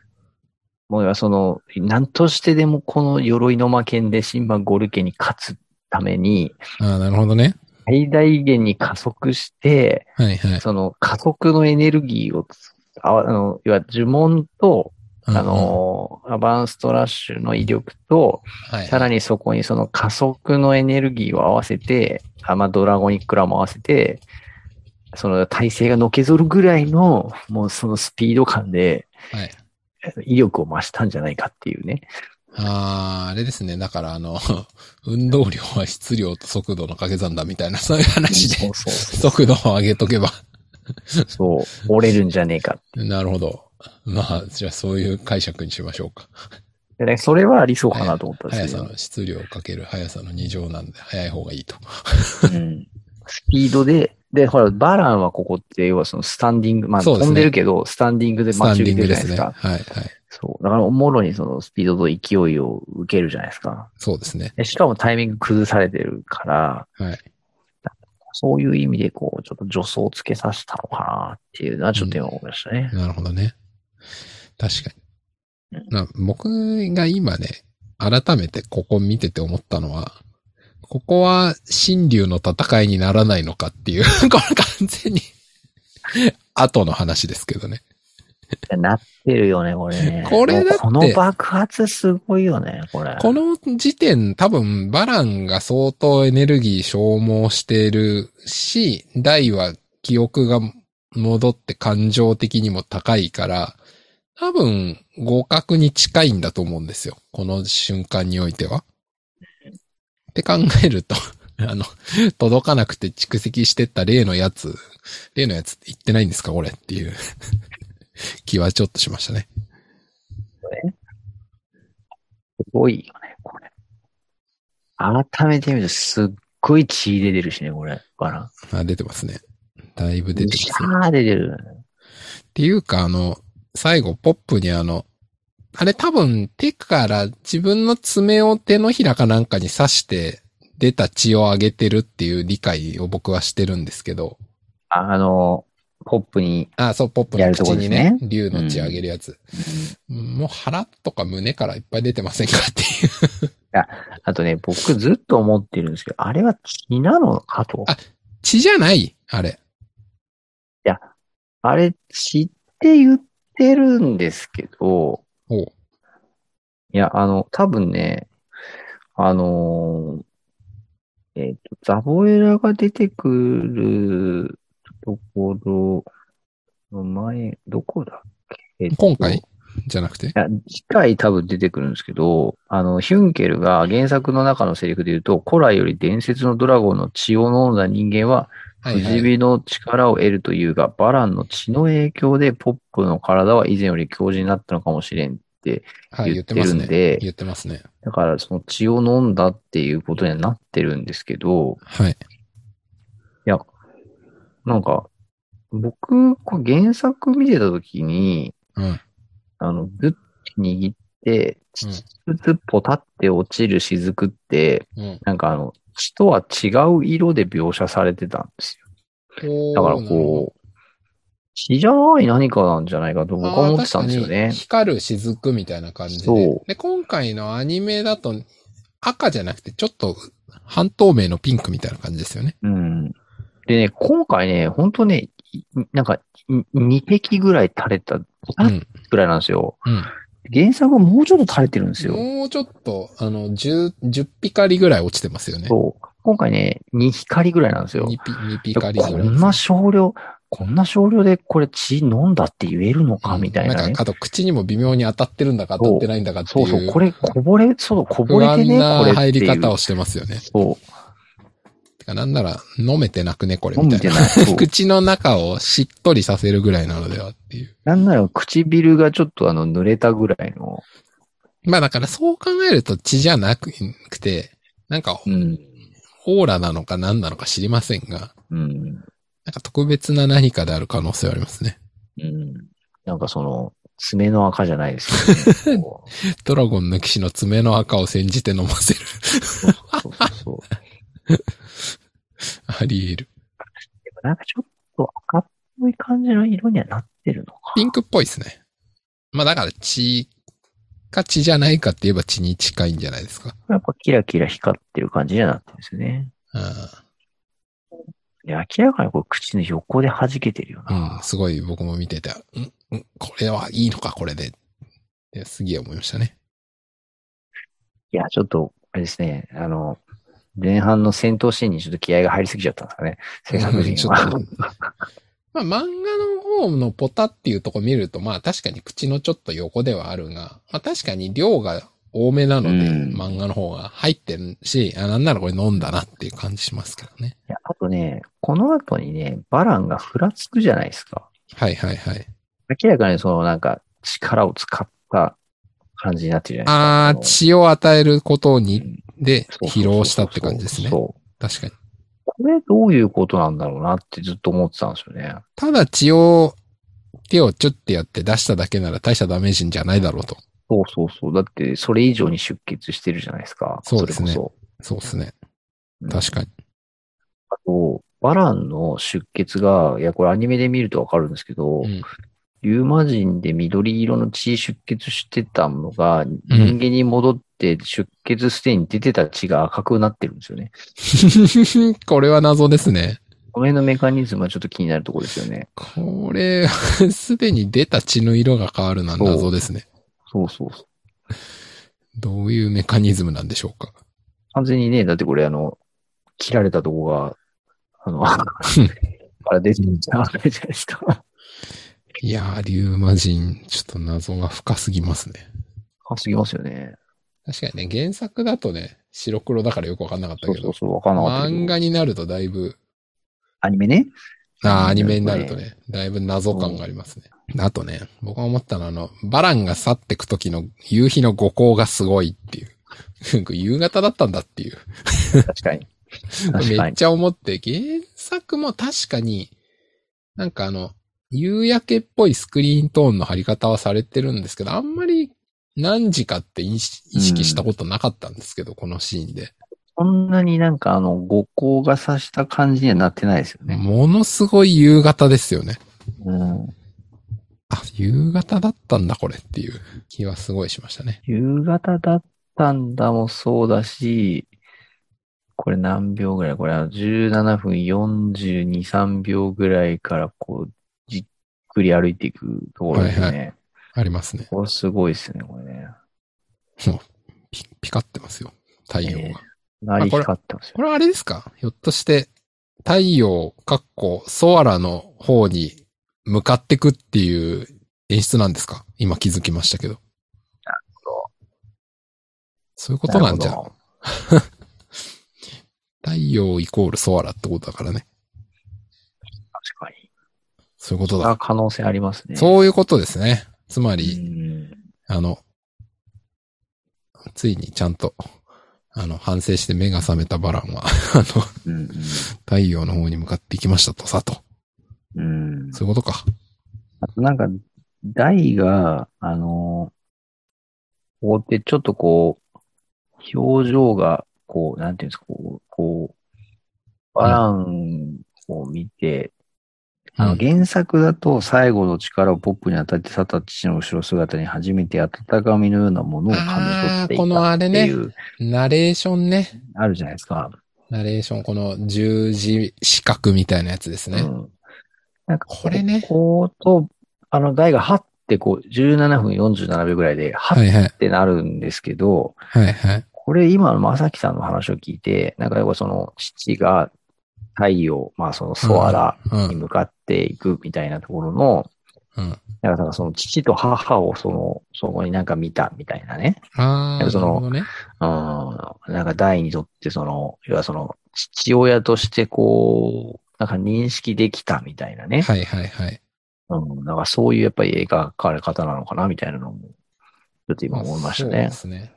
[SPEAKER 2] もう要はその、何としてでもこの鎧の魔剣で新版ゴル家に勝つために、
[SPEAKER 1] ああ、なるほどね。
[SPEAKER 2] 最大限に加速して、
[SPEAKER 1] はいはい。
[SPEAKER 2] その加速のエネルギーをつ、ああの、要は呪文と、
[SPEAKER 1] うん
[SPEAKER 2] あ、の、アバンストラッシュの威力と、さら
[SPEAKER 1] に、
[SPEAKER 2] にそこにその加速のエネルギーを合わせて、あまあ、ドラゴニックラも合わせて、その体勢がのけぞるぐらいの、もうそのスピード感で、
[SPEAKER 1] はい。
[SPEAKER 2] 威力を増したんじゃないかっていうね。
[SPEAKER 1] あー、あれですね。だから、あの、 運動量は質量と速度の掛け算だみたいな、そういう話
[SPEAKER 2] そ
[SPEAKER 1] で
[SPEAKER 2] う、そうそう
[SPEAKER 1] 速度を上げとけば。
[SPEAKER 2] そう、折れるんじゃねえか。
[SPEAKER 1] なるほど。まあ、じゃあそういう解釈にしましょうか。
[SPEAKER 2] でねそれはありそうかなと思ったんで
[SPEAKER 1] 速
[SPEAKER 2] すけ
[SPEAKER 1] さ
[SPEAKER 2] ど、
[SPEAKER 1] の質量かける速さの2乗なんで、速い方がいいと。
[SPEAKER 2] うんスピードで、で、ほら、バランはここって、要はそのスタンディング、まあ、
[SPEAKER 1] そうですね
[SPEAKER 2] 飛んでるけど、スタンディングで
[SPEAKER 1] スタ
[SPEAKER 2] 待
[SPEAKER 1] ン
[SPEAKER 2] ち
[SPEAKER 1] デ
[SPEAKER 2] 受
[SPEAKER 1] ィ
[SPEAKER 2] け
[SPEAKER 1] ン
[SPEAKER 2] てる
[SPEAKER 1] グ
[SPEAKER 2] じ
[SPEAKER 1] で
[SPEAKER 2] ゃない
[SPEAKER 1] す
[SPEAKER 2] で
[SPEAKER 1] ね。
[SPEAKER 2] すか
[SPEAKER 1] は。い、はい。
[SPEAKER 2] そう。だから、おもろにそのスピードと勢いを受けるじゃないですか。
[SPEAKER 1] そうですね。
[SPEAKER 2] でしかもタイミング崩されてるから、
[SPEAKER 1] はい。
[SPEAKER 2] そういう意味で、こう、ちょっと助走をつけさせたのかなっていうのは、ちょっと今思いましたね。
[SPEAKER 1] なるほどね。確かに
[SPEAKER 2] う。
[SPEAKER 1] な僕が今ね、改めてここ見てて思ったのは、ここは神竜の戦いにならないのかっていう、 これ完全に 後の話ですけどね。
[SPEAKER 2] なってるよね、これね。
[SPEAKER 1] これだって
[SPEAKER 2] もうこの爆発すごいよね、これ。
[SPEAKER 1] この時点、多分、バランが相当エネルギー消耗しているし、ダイは記憶が戻って感情的にも高いから、多分、互角に近いんだと思うんですよ。この瞬間においては。って考えると、 あの、届かなくて蓄積してった例のやつ、例のやつって言ってないんですかこれっていう 気はちょっとしましたね。
[SPEAKER 2] すごいよね、これ。改めて見ると、すっごい血出てるしね、これ。バラン。
[SPEAKER 1] あ、出てますね。だいぶ出てます
[SPEAKER 2] シ
[SPEAKER 1] ね。
[SPEAKER 2] ャー出てる。
[SPEAKER 1] っていうか、あの、最後、ポップにあの、あれ多分手から自分の爪を手のひらかなんかに刺して出た血をあげてるっていう理解を僕はしてるんですけど、
[SPEAKER 2] あの、ポップに、
[SPEAKER 1] あ、そう、ポップの口に
[SPEAKER 2] や
[SPEAKER 1] ね
[SPEAKER 2] るとこ、です
[SPEAKER 1] 竜の血あげるやつ、もう腹とか胸からいっぱい出てませんかって いう。
[SPEAKER 2] あとね、僕ずっと思ってるんですけど、あれは血なのかと。
[SPEAKER 1] あ血じゃないあれ。
[SPEAKER 2] あれ、血って言ってるんですけど、
[SPEAKER 1] おう
[SPEAKER 2] いや、あの、多分ね、あのーえっ、と、ザボエラが出てくるところの前、どこだっけ、えっと
[SPEAKER 1] 今回じゃなくて
[SPEAKER 2] いや、次回多分出てくるんですけど、あの、ヒュンケルが原作の中のセリフで言うと、古来より伝説のドラゴンの血を飲んだ人間は、
[SPEAKER 1] はい、は
[SPEAKER 2] 藤
[SPEAKER 1] い。
[SPEAKER 2] 火の力を得るというが、バランの血の影響でポップの体は以前より強靭になったのかもしれんって、
[SPEAKER 1] はい、言ってま
[SPEAKER 2] 言って
[SPEAKER 1] すね。
[SPEAKER 2] るんで
[SPEAKER 1] 言ってますね。
[SPEAKER 2] だからその血を飲んだっていうことにはなってるんですけど、
[SPEAKER 1] はい。
[SPEAKER 2] いや、なんか、僕、こう原作見てたときに、
[SPEAKER 1] うん。
[SPEAKER 2] あの、グッて握って、つつポタって落ちる雫って、
[SPEAKER 1] うん。
[SPEAKER 2] なんかあの、血とは違う色で描写されてたんです
[SPEAKER 1] おー
[SPEAKER 2] よ。だから
[SPEAKER 1] なるほど
[SPEAKER 2] こう、血じゃない何かなんじゃないかと僕は思ってたんです
[SPEAKER 1] あー確
[SPEAKER 2] よ
[SPEAKER 1] か
[SPEAKER 2] ね
[SPEAKER 1] に。光る雫みたいな感じで
[SPEAKER 2] そ。
[SPEAKER 1] で、今回のアニメだと赤じゃなくてちょっと半透明のピンクみたいな感じですよね。
[SPEAKER 2] うん。でね、今回ね、本当ね、いなんか、2滴ぐらい垂れた、ポタ
[SPEAKER 1] う
[SPEAKER 2] ッ
[SPEAKER 1] ん。
[SPEAKER 2] ぐらいなんですよ。
[SPEAKER 1] うん。
[SPEAKER 2] 原作はもうちょっと垂れてるんですよ。
[SPEAKER 1] もうちょっと、あの、10、10ピカリぐらい落ちてますよね。
[SPEAKER 2] そう。今回ね、2光ぐらいなんですよ。
[SPEAKER 1] 2ピ、2ピ
[SPEAKER 2] いや
[SPEAKER 1] カリぐらい。
[SPEAKER 2] こんな少量、こんな少量でこれ血飲んだって言えるのか
[SPEAKER 1] うん
[SPEAKER 2] みたいな
[SPEAKER 1] なん
[SPEAKER 2] ね。
[SPEAKER 1] か、あと口にも微妙に当たってるんだか当たってないんだかってい。
[SPEAKER 2] そううそう、これこぼれ、そう、こぼれてね、
[SPEAKER 1] 不安
[SPEAKER 2] これ
[SPEAKER 1] な
[SPEAKER 2] って
[SPEAKER 1] 入
[SPEAKER 2] いう。
[SPEAKER 1] り方をしてますよね。
[SPEAKER 2] そ
[SPEAKER 1] てか、なんなら飲めてなくね、これ
[SPEAKER 2] う、飲
[SPEAKER 1] みた
[SPEAKER 2] ん
[SPEAKER 1] い
[SPEAKER 2] で
[SPEAKER 1] な。
[SPEAKER 2] ない。そう
[SPEAKER 1] 口の中をしっとりさせるぐらいなのではっていう。
[SPEAKER 2] なんなら唇がちょっとあの、濡れたぐらいの。
[SPEAKER 1] まあだからそう考えると血じゃなくて、なんか
[SPEAKER 2] うん。
[SPEAKER 1] オーラなのか何なのか知りませんが、
[SPEAKER 2] うん。
[SPEAKER 1] なんか特別な何かである可能性はありますね。
[SPEAKER 2] うん。なんかその、爪の赤じゃないです けど、ね。こう
[SPEAKER 1] ドラゴンの騎士の爪の赤を煎じて飲ませる。
[SPEAKER 2] そうそうそうそう。
[SPEAKER 1] あり得る。
[SPEAKER 2] でもなんかちょっと赤っぽい感じの色にはなってるのか。
[SPEAKER 1] ピンクっぽいですね。まあだから血か血じゃないかって言えば血に近いんじゃないですか。
[SPEAKER 2] やっぱキラキラ光ってる感じにはなってるんですよね。
[SPEAKER 1] う
[SPEAKER 2] で、明らかにこう口の横で弾けてるよ
[SPEAKER 1] ん。うん、
[SPEAKER 2] な。
[SPEAKER 1] すごい僕も見てて、うん、うん、これはいいのか、これで。ってすげえ思いましたね。
[SPEAKER 2] いや、ちょっと、あれですね、あの、前半の戦闘シーンにちょっと気合が入りすぎちゃったんですかね。制作
[SPEAKER 1] ち
[SPEAKER 2] 陣
[SPEAKER 1] ょっ
[SPEAKER 2] は。
[SPEAKER 1] と。 まあ、漫画の方のポタっていうとこ見ると、まあ確かに口のちょっと横ではあるが、まあ確かに量が多めなので、
[SPEAKER 2] うん
[SPEAKER 1] 漫画の方が入ってるし、あ、なんならこれ飲んだなっていう感じしますけどね。
[SPEAKER 2] いや、あとね、この後にね、バランがふらつくじゃないですか。
[SPEAKER 1] はいはいはい。
[SPEAKER 2] 明らかにそのなんか力を使った感じになってるじゃな
[SPEAKER 1] あ
[SPEAKER 2] い
[SPEAKER 1] ー、
[SPEAKER 2] ですか。
[SPEAKER 1] 血を与えること
[SPEAKER 2] あ
[SPEAKER 1] に、で、疲労したって感じですね。
[SPEAKER 2] そう。
[SPEAKER 1] 確かに。
[SPEAKER 2] これどういうことなんだろうなってずっと思ってたんですよね。
[SPEAKER 1] ただ血を、手をチュッてやって出しただけなら大したダメージんじゃないだろうと。
[SPEAKER 2] そうそうそう。だって、それ以上に出血してるじゃないですか。
[SPEAKER 1] そうですね
[SPEAKER 2] れこ
[SPEAKER 1] そうですね。
[SPEAKER 2] そ
[SPEAKER 1] 確かに。
[SPEAKER 2] あと、バランの出血が、いや、これアニメで見るとわかるんですけど、
[SPEAKER 1] うん
[SPEAKER 2] ユーマ人で緑色の血出血してたのが、人間に戻って出血すでに出てた血が赤くなってるんですよね。
[SPEAKER 1] これは謎ですね。
[SPEAKER 2] この辺のメカニズムはちょっと気になるところですよね。
[SPEAKER 1] これ、すでに出た血の色が変わるのは謎ですね。
[SPEAKER 2] そうそうそう。
[SPEAKER 1] どういうメカニズムなんでしょうか。
[SPEAKER 2] 完全にね、だってこれあの、切られたとこが、あ の、から出てるんじゃないじゃないですか。
[SPEAKER 1] いやー、リュウマ人、ちょっと謎が深すぎますね。
[SPEAKER 2] あ、すぎますよね。
[SPEAKER 1] 確かにね、原作だとね、白黒だからよくわかんなかった
[SPEAKER 2] そう
[SPEAKER 1] け
[SPEAKER 2] そう
[SPEAKER 1] ど、
[SPEAKER 2] そう、わかんなかったけど。
[SPEAKER 1] 漫画になるとだいぶ、
[SPEAKER 2] アニメね。
[SPEAKER 1] あーアニメになるとね、だいぶ謎感がありますね。あとね、僕が思ったのはあの、バランが去ってく時の夕日の五光がすごいっていう。 夕方だったんだっていう。
[SPEAKER 2] 確 かに。確か
[SPEAKER 1] めっ
[SPEAKER 2] に。
[SPEAKER 1] ちゃ思って、原作も確かに、なんかあの、夕焼けっぽいスクリーントーンの貼り方はされてるんですけど、あんまり何時かって意識意識したことなかったんですけど、このシーンで。
[SPEAKER 2] そんなになんかあの、五光がさした感じにはなってないですよね。
[SPEAKER 1] ものすごい夕方ですよね。
[SPEAKER 2] うん。
[SPEAKER 1] あ、夕方だったんだこれっていう気はすごいしましたね。
[SPEAKER 2] 夕方だったんだもそうだし、これ何秒ぐらいこれは17分42、3秒ぐらいからこう、じっくり歩いていくところです
[SPEAKER 1] はい
[SPEAKER 2] ね。
[SPEAKER 1] ありますね。
[SPEAKER 2] これすごいですね、これね。
[SPEAKER 1] ピピカってますよ。太陽が。
[SPEAKER 2] ええ鳴り光ってますよ。
[SPEAKER 1] これはあれですかひょっとして、太陽、かっこ、ソアラの方に向かってくっていう演出なんですか今気づきましたけど。そういうことなんじゃ
[SPEAKER 2] なんる。ほど
[SPEAKER 1] 太陽イコールソアラってことだからね。
[SPEAKER 2] 確かに。
[SPEAKER 1] そういうこと
[SPEAKER 2] あ
[SPEAKER 1] だ。
[SPEAKER 2] 可能性ありますね。う
[SPEAKER 1] そういうことですね。つまり、
[SPEAKER 2] ん。
[SPEAKER 1] あの、ついにちゃんと、あの、反省して目が覚めたバランは、あの、
[SPEAKER 2] うん。
[SPEAKER 1] 太陽の方に向かっていきましたとさと。
[SPEAKER 2] うん。うん
[SPEAKER 1] そういうことか。
[SPEAKER 2] あとなんか、台が、あのー、こうやってちょっとこう、表情が、こう、なんていうんですか、こう、こう、バランを見て、あ
[SPEAKER 1] う
[SPEAKER 2] の、
[SPEAKER 1] ん
[SPEAKER 2] 原作だと最後の力をポップに当たって去った父の後ろ姿に初めて温かみのようなものを感じ取って
[SPEAKER 1] あー
[SPEAKER 2] い
[SPEAKER 1] この
[SPEAKER 2] た
[SPEAKER 1] あれ
[SPEAKER 2] っ
[SPEAKER 1] ね
[SPEAKER 2] ていう、
[SPEAKER 1] ナレーションね。
[SPEAKER 2] あるじゃないですか。
[SPEAKER 1] ナレーション、この十字四角みたいなやつですね。
[SPEAKER 2] うんなんかこう、
[SPEAKER 1] これね
[SPEAKER 2] こうと、あの、台がはってこう、17分47秒ぐらいで、はっ
[SPEAKER 1] はいはい
[SPEAKER 2] っ。てなるんですけど、
[SPEAKER 1] はいはい。
[SPEAKER 2] これ今の正樹さんの話を聞いて、なんかやっぱその父が太陽、まあそのソアラ
[SPEAKER 1] う
[SPEAKER 2] に
[SPEAKER 1] ん。
[SPEAKER 2] 向かっていくみたいなところの、
[SPEAKER 1] うん。
[SPEAKER 2] なんかその父と母をその、そこになんか見たみたいなね。
[SPEAKER 1] あ
[SPEAKER 2] やっ
[SPEAKER 1] あ、
[SPEAKER 2] ぱそ
[SPEAKER 1] な
[SPEAKER 2] の
[SPEAKER 1] るほどね。
[SPEAKER 2] うん。なんか第にとってその、要はその父親としてこう、なんか認識できたみたいなね。
[SPEAKER 1] はいはいはい。
[SPEAKER 2] うん。なんかそういうやっぱり描かれ方なのかなみたいなのも、ちょっと今思いました
[SPEAKER 1] そう
[SPEAKER 2] ね
[SPEAKER 1] で。すね。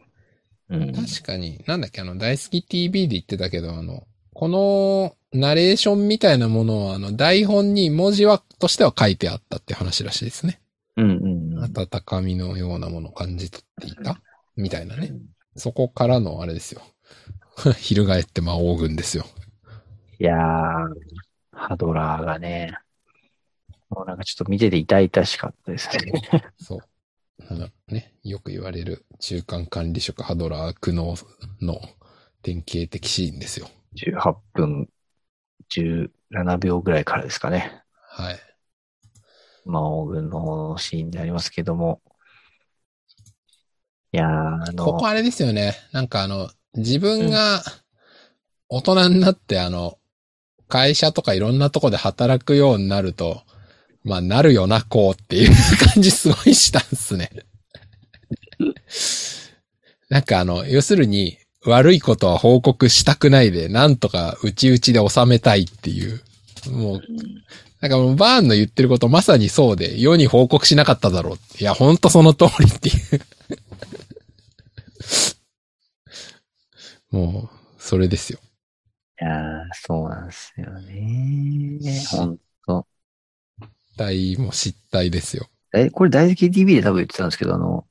[SPEAKER 2] うん。
[SPEAKER 1] 確かに、なんだっけ、あの、大好き TV で言ってたけど、あの、このナレーションみたいなものは、あの、台本に文字は、としては書いてあったって話らしいですね。
[SPEAKER 2] うんうんうん。
[SPEAKER 1] 温かみのようなものを感じ取っていたみたいなね。そこからのあれですよ。 翻って魔王軍ですよ。
[SPEAKER 2] いやー、ハドラーがね、もうなんかちょっと見てて痛々しかったですね。
[SPEAKER 1] そう。あのね、よく言われる中間管理職ハドラー苦悩の典型的シーンですよ。
[SPEAKER 2] 18分17秒ぐらいからですかね。
[SPEAKER 1] はい。
[SPEAKER 2] 魔王軍の方のシーンでありますけども。いやー、あの、
[SPEAKER 1] ここあれですよね。なんかあの、自分が大人になって、あの、会社とかいろんなとこで働くようになると、まあ、なるよな、こうっていう感じすごいしたんすね。 なんかあの、要するに、悪いことは報告したくないで、なんとか内々で収めたいっていう。もう、なんかもうバーンの言ってることまさにそうで、世に報告しなかっただろう。いや、ほんとその通りっていう。もう、それですよ。
[SPEAKER 2] いやーそうなんですよね。ほん
[SPEAKER 1] 体も失態ですよ。
[SPEAKER 2] え、これ大好き TV で多分言ってたんですけど、あの、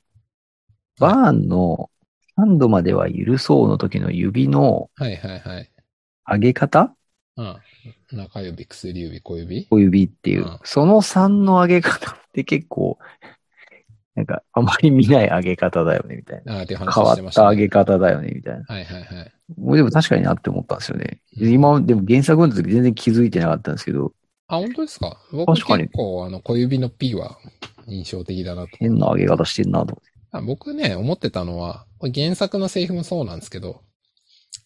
[SPEAKER 2] バーンの3度までは許そうの時の指の
[SPEAKER 1] はいはいはい。
[SPEAKER 2] 上げ方
[SPEAKER 1] うん。中指、薬指、小指
[SPEAKER 2] 小指っていう
[SPEAKER 1] うん、
[SPEAKER 2] その3の上げ方って結構、なんかあまり見ない上げ方だよね、みたいな。
[SPEAKER 1] ああ、っていう話
[SPEAKER 2] 変わ
[SPEAKER 1] してま
[SPEAKER 2] っ
[SPEAKER 1] したた、
[SPEAKER 2] 上げ方だよね、みたいな。
[SPEAKER 1] はいはいはい。
[SPEAKER 2] もうでも確かになって思ったんですよね。
[SPEAKER 1] うん
[SPEAKER 2] 今、でも原作の時全然気づいてなかったんですけど、
[SPEAKER 1] あ、本当ですか僕
[SPEAKER 2] 確かに
[SPEAKER 1] 結構あの小指の P は印象的だなと。
[SPEAKER 2] 変な上げ方してんなと思って。
[SPEAKER 1] あ僕ね、思ってたのは、原作のセリフもそうなんですけど、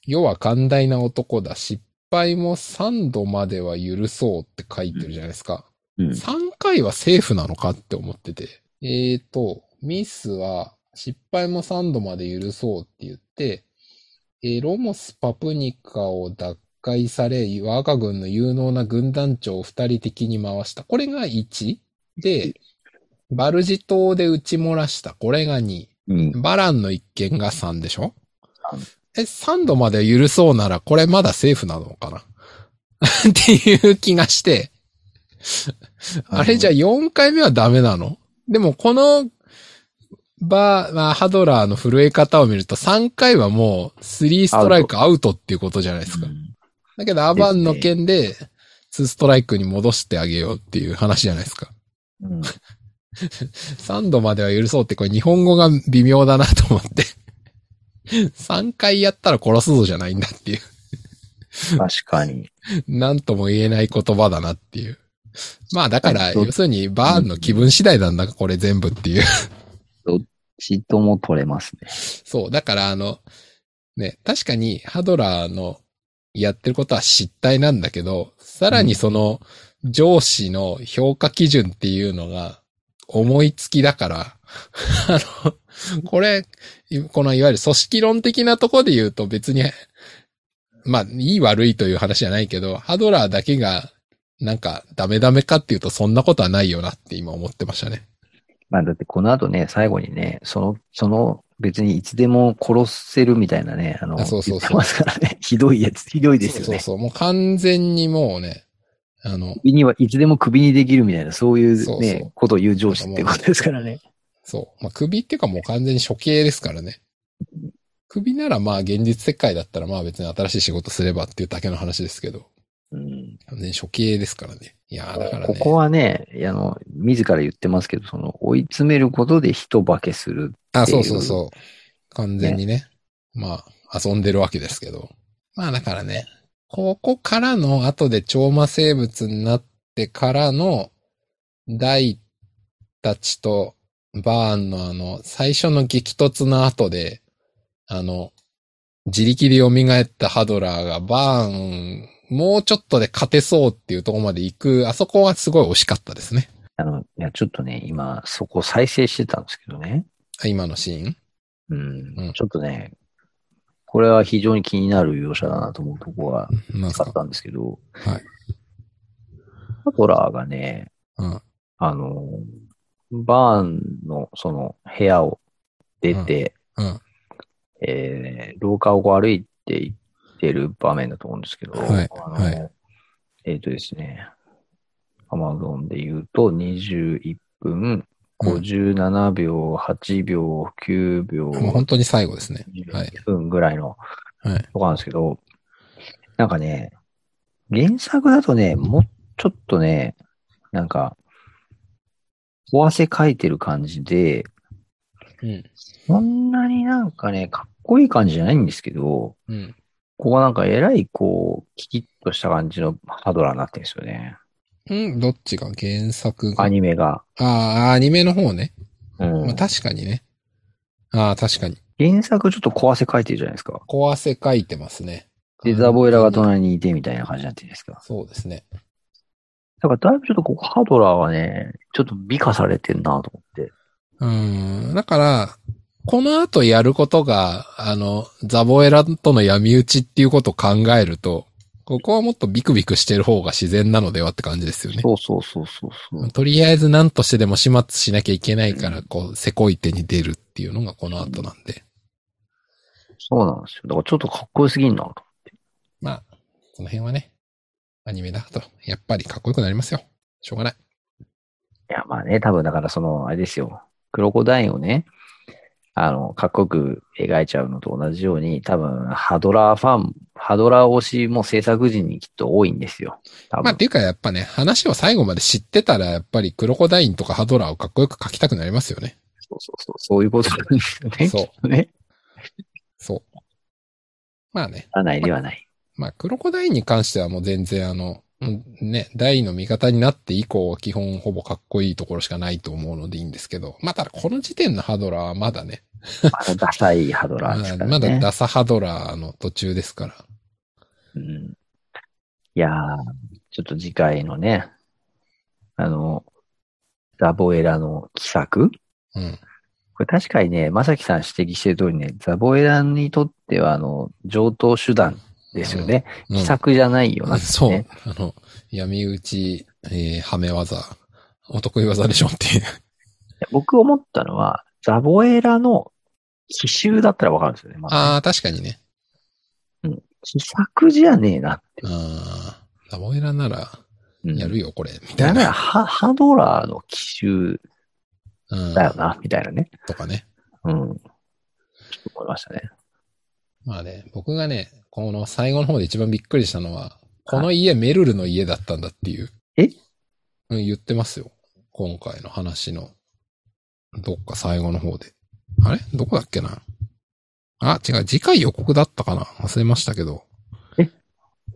[SPEAKER 1] 世は寛大な男だ、失敗も3度までは許そうって書いてるじゃないですか。
[SPEAKER 2] うん。
[SPEAKER 1] 3回はセーフなのかって思ってて。えーと、ミスは失敗も3度まで許そうって言って、えーロモス・パプニカを奪回され、我が軍の有能な軍団長を2人敵に回した。これが1。で、バルジ島で撃ち漏らした。これが2。
[SPEAKER 2] うん。
[SPEAKER 1] バランの一件が3でしょ
[SPEAKER 2] うん
[SPEAKER 1] え、3度まで許そうなら、これまだセーフなのかな っていう気がして、あれじゃあ4回目はダメなのでもこの、バー、まあハドラーの震え方を見ると3回はもう3ストライクアウトっていうことじゃないですか
[SPEAKER 2] う。ん
[SPEAKER 1] だけどアバンの件で2ストライクに戻してあげようっていう話じゃないですか。
[SPEAKER 2] うん。
[SPEAKER 1] 3度までは許そうって、これ日本語が微妙だなと思って。3回やったら殺すぞじゃないんだっていう。
[SPEAKER 2] 確かに。
[SPEAKER 1] なんとも言えない言葉だなっていう。まあだから、
[SPEAKER 2] そう
[SPEAKER 1] 要するにバーンの気分次第なんだ、これ全部っていう。
[SPEAKER 2] ちっとも取れますね。
[SPEAKER 1] そう。だからあの、ね、確かにハドラーのやってることは失態なんだけど、さらにその上司の評価基準っていうのが思いつきだから、 あの、これ、このいわゆる組織論的なとこで言うと別に、まあ、いい悪いという話じゃないけど、ハドラーだけがなんかダメダメかっていうとそんなことはないよなって今思ってましたね。
[SPEAKER 2] まあだってこの後ね、最後にね、その、その、別にいつでも殺せるみたいなね、あの、
[SPEAKER 1] あそうそうそう
[SPEAKER 2] 言ってますからね。 ひどいやつ、ひどいですよね。
[SPEAKER 1] そうそうそう。もう完全にもうね、あの、
[SPEAKER 2] 首にはいつでも首にできるみたいな、そういうね、
[SPEAKER 1] そうそう
[SPEAKER 2] ことを言う上司ってことですからね。
[SPEAKER 1] そう。まあ、首っていうかもう完全に処刑ですからね。首ならまあ現実世界だったらまあ別に新しい仕事すればっていうだけの話ですけど、
[SPEAKER 2] うん、
[SPEAKER 1] 完全に処刑ですからね。いやーだからね。
[SPEAKER 2] ここはね、あの、自ら言ってますけど、その、追い詰めることで人化けする。
[SPEAKER 1] あ、そうそうそう。完全にね。まあ、遊んでるわけですけど。まあだからね、ここからの後で超魔生物になってからの、大たちとバーンのあの、最初の激突の後で、あの、自力で蘇ったハドラーがバーン、もうちょっとで勝てそうっていうところまで行く、あそこはすごい惜しかったですね。
[SPEAKER 2] あの、いや、ちょっとね、今、そこ再生してたんですけどね。
[SPEAKER 1] あ今のシーン。
[SPEAKER 2] うん、
[SPEAKER 1] うん
[SPEAKER 2] ちょっとね、これは非常に気になる描写だなと思うとこが
[SPEAKER 1] なんす
[SPEAKER 2] あっ
[SPEAKER 1] か
[SPEAKER 2] たんですけど、
[SPEAKER 1] はい。
[SPEAKER 2] ハドラーがね、
[SPEAKER 1] うん。
[SPEAKER 2] あの、バーンのその部屋を出て、
[SPEAKER 1] うん。
[SPEAKER 2] えー廊下をこう歩いていってる場面だと思うんですけど、
[SPEAKER 1] はい
[SPEAKER 2] あの
[SPEAKER 1] はい
[SPEAKER 2] えっ、とですね、アマゾンで言うと21分57秒、8秒、9秒、
[SPEAKER 1] もう本当に最後ですね。はい。
[SPEAKER 2] 1分ぐらいの
[SPEAKER 1] はい
[SPEAKER 2] とこなんですけど、なんかね、原作だとね、もうちょっとね、なんか、壊せ書いてる感じで、
[SPEAKER 1] うん。
[SPEAKER 2] そんなになんかね、かっこいい感じじゃないんですけど、
[SPEAKER 1] うん。
[SPEAKER 2] ここはなんかえらいこう、キキッとした感じのハドラーになってるんですよね。
[SPEAKER 1] うん、どっちが原作が。
[SPEAKER 2] アニメが。
[SPEAKER 1] ああ、アニメの方ね。
[SPEAKER 2] うん
[SPEAKER 1] まあ、確かにね。ああ、確かに。
[SPEAKER 2] 原作ちょっと壊せ書いてるじゃないですか。
[SPEAKER 1] 壊せ書いてますね。
[SPEAKER 2] で、ザボエラが隣にいてみたいな感じになってるんですか。
[SPEAKER 1] そうですね。
[SPEAKER 2] だからだいぶちょっとここハドラーがね、ちょっと美化されてんなと思って。
[SPEAKER 1] うん。だから、この後やることが、あの、ザボエラとの闇討ちっていうことを考えると、ここはもっとビクビクしてる方が自然なのではって感じですよね。
[SPEAKER 2] そうそうそうそうそう。
[SPEAKER 1] とりあえず何としてでも始末しなきゃいけないから、こう、せこい手に出るっていうのがこの後なんで。
[SPEAKER 2] そうなんですよ。だからちょっとかっこよすぎんなと。
[SPEAKER 1] まあ、この辺はね、アニメだと、やっぱりかっこよくなりますよ。しょうがない。
[SPEAKER 2] いや、まあね、多分だからその、あれですよ。クロコダインをね、あの、かっこよく描いちゃうのと同じように、多分、ハドラーファン、ハドラー推しも制作陣にきっと多いんですよ。多
[SPEAKER 1] まあ、っ
[SPEAKER 2] 分。
[SPEAKER 1] ていうかやっぱね、話を最後まで知ってたら、やっぱりクロコダインとかハドラーをかっこよく描きたくなりますよね。
[SPEAKER 2] そうそうそう、そういうことなんですよね。
[SPEAKER 1] そう
[SPEAKER 2] きっとね。
[SPEAKER 1] そう。まあね、
[SPEAKER 2] 知らないではない。
[SPEAKER 1] まあ、クロコダインに関してはもう全然あの、うんね、大の味方になって以降は基本ほぼかっこいいところしかないと思うのでいいんですけど、まあ、ただこの時点のハドラーはまだね、
[SPEAKER 2] まだダサいハドラーですからね。
[SPEAKER 1] まだダサハドラーの途中ですから。
[SPEAKER 2] うんいやー、ちょっと次回のね、あの、ザボエラの奇策
[SPEAKER 1] うん。
[SPEAKER 2] これ確かにね、まさきさん指摘してる通りね、ザボエラにとっては、あの、上等手段ですよね。
[SPEAKER 1] うん
[SPEAKER 2] 奇策じゃないよな、ね。
[SPEAKER 1] そう。あの、闇討ち、えー、はめ技、お得意技でしょっていう。
[SPEAKER 2] 僕思ったのは、ザボエラの奇襲だったらわかるんですよね。まあ、
[SPEAKER 1] ああ、確かにね。
[SPEAKER 2] 奇策じゃねえなって。
[SPEAKER 1] ああ、ザボエラなら、
[SPEAKER 2] うん
[SPEAKER 1] やるよ、これ、みた
[SPEAKER 2] だ
[SPEAKER 1] い
[SPEAKER 2] か
[SPEAKER 1] な。
[SPEAKER 2] ら、ハハドラーの奇襲
[SPEAKER 1] うん。
[SPEAKER 2] だよな、みたいなね。
[SPEAKER 1] とかね。
[SPEAKER 2] うん。ちょっと思いましたね。
[SPEAKER 1] まあね、僕がね、この最後の方で一番びっくりしたのは、この家、メルルの家だったんだっていう。
[SPEAKER 2] え
[SPEAKER 1] うん、言ってますよ。今回の話の、どっか最後の方で。あれどこだっけなあ、違う、次回予告だったかな忘れましたけど。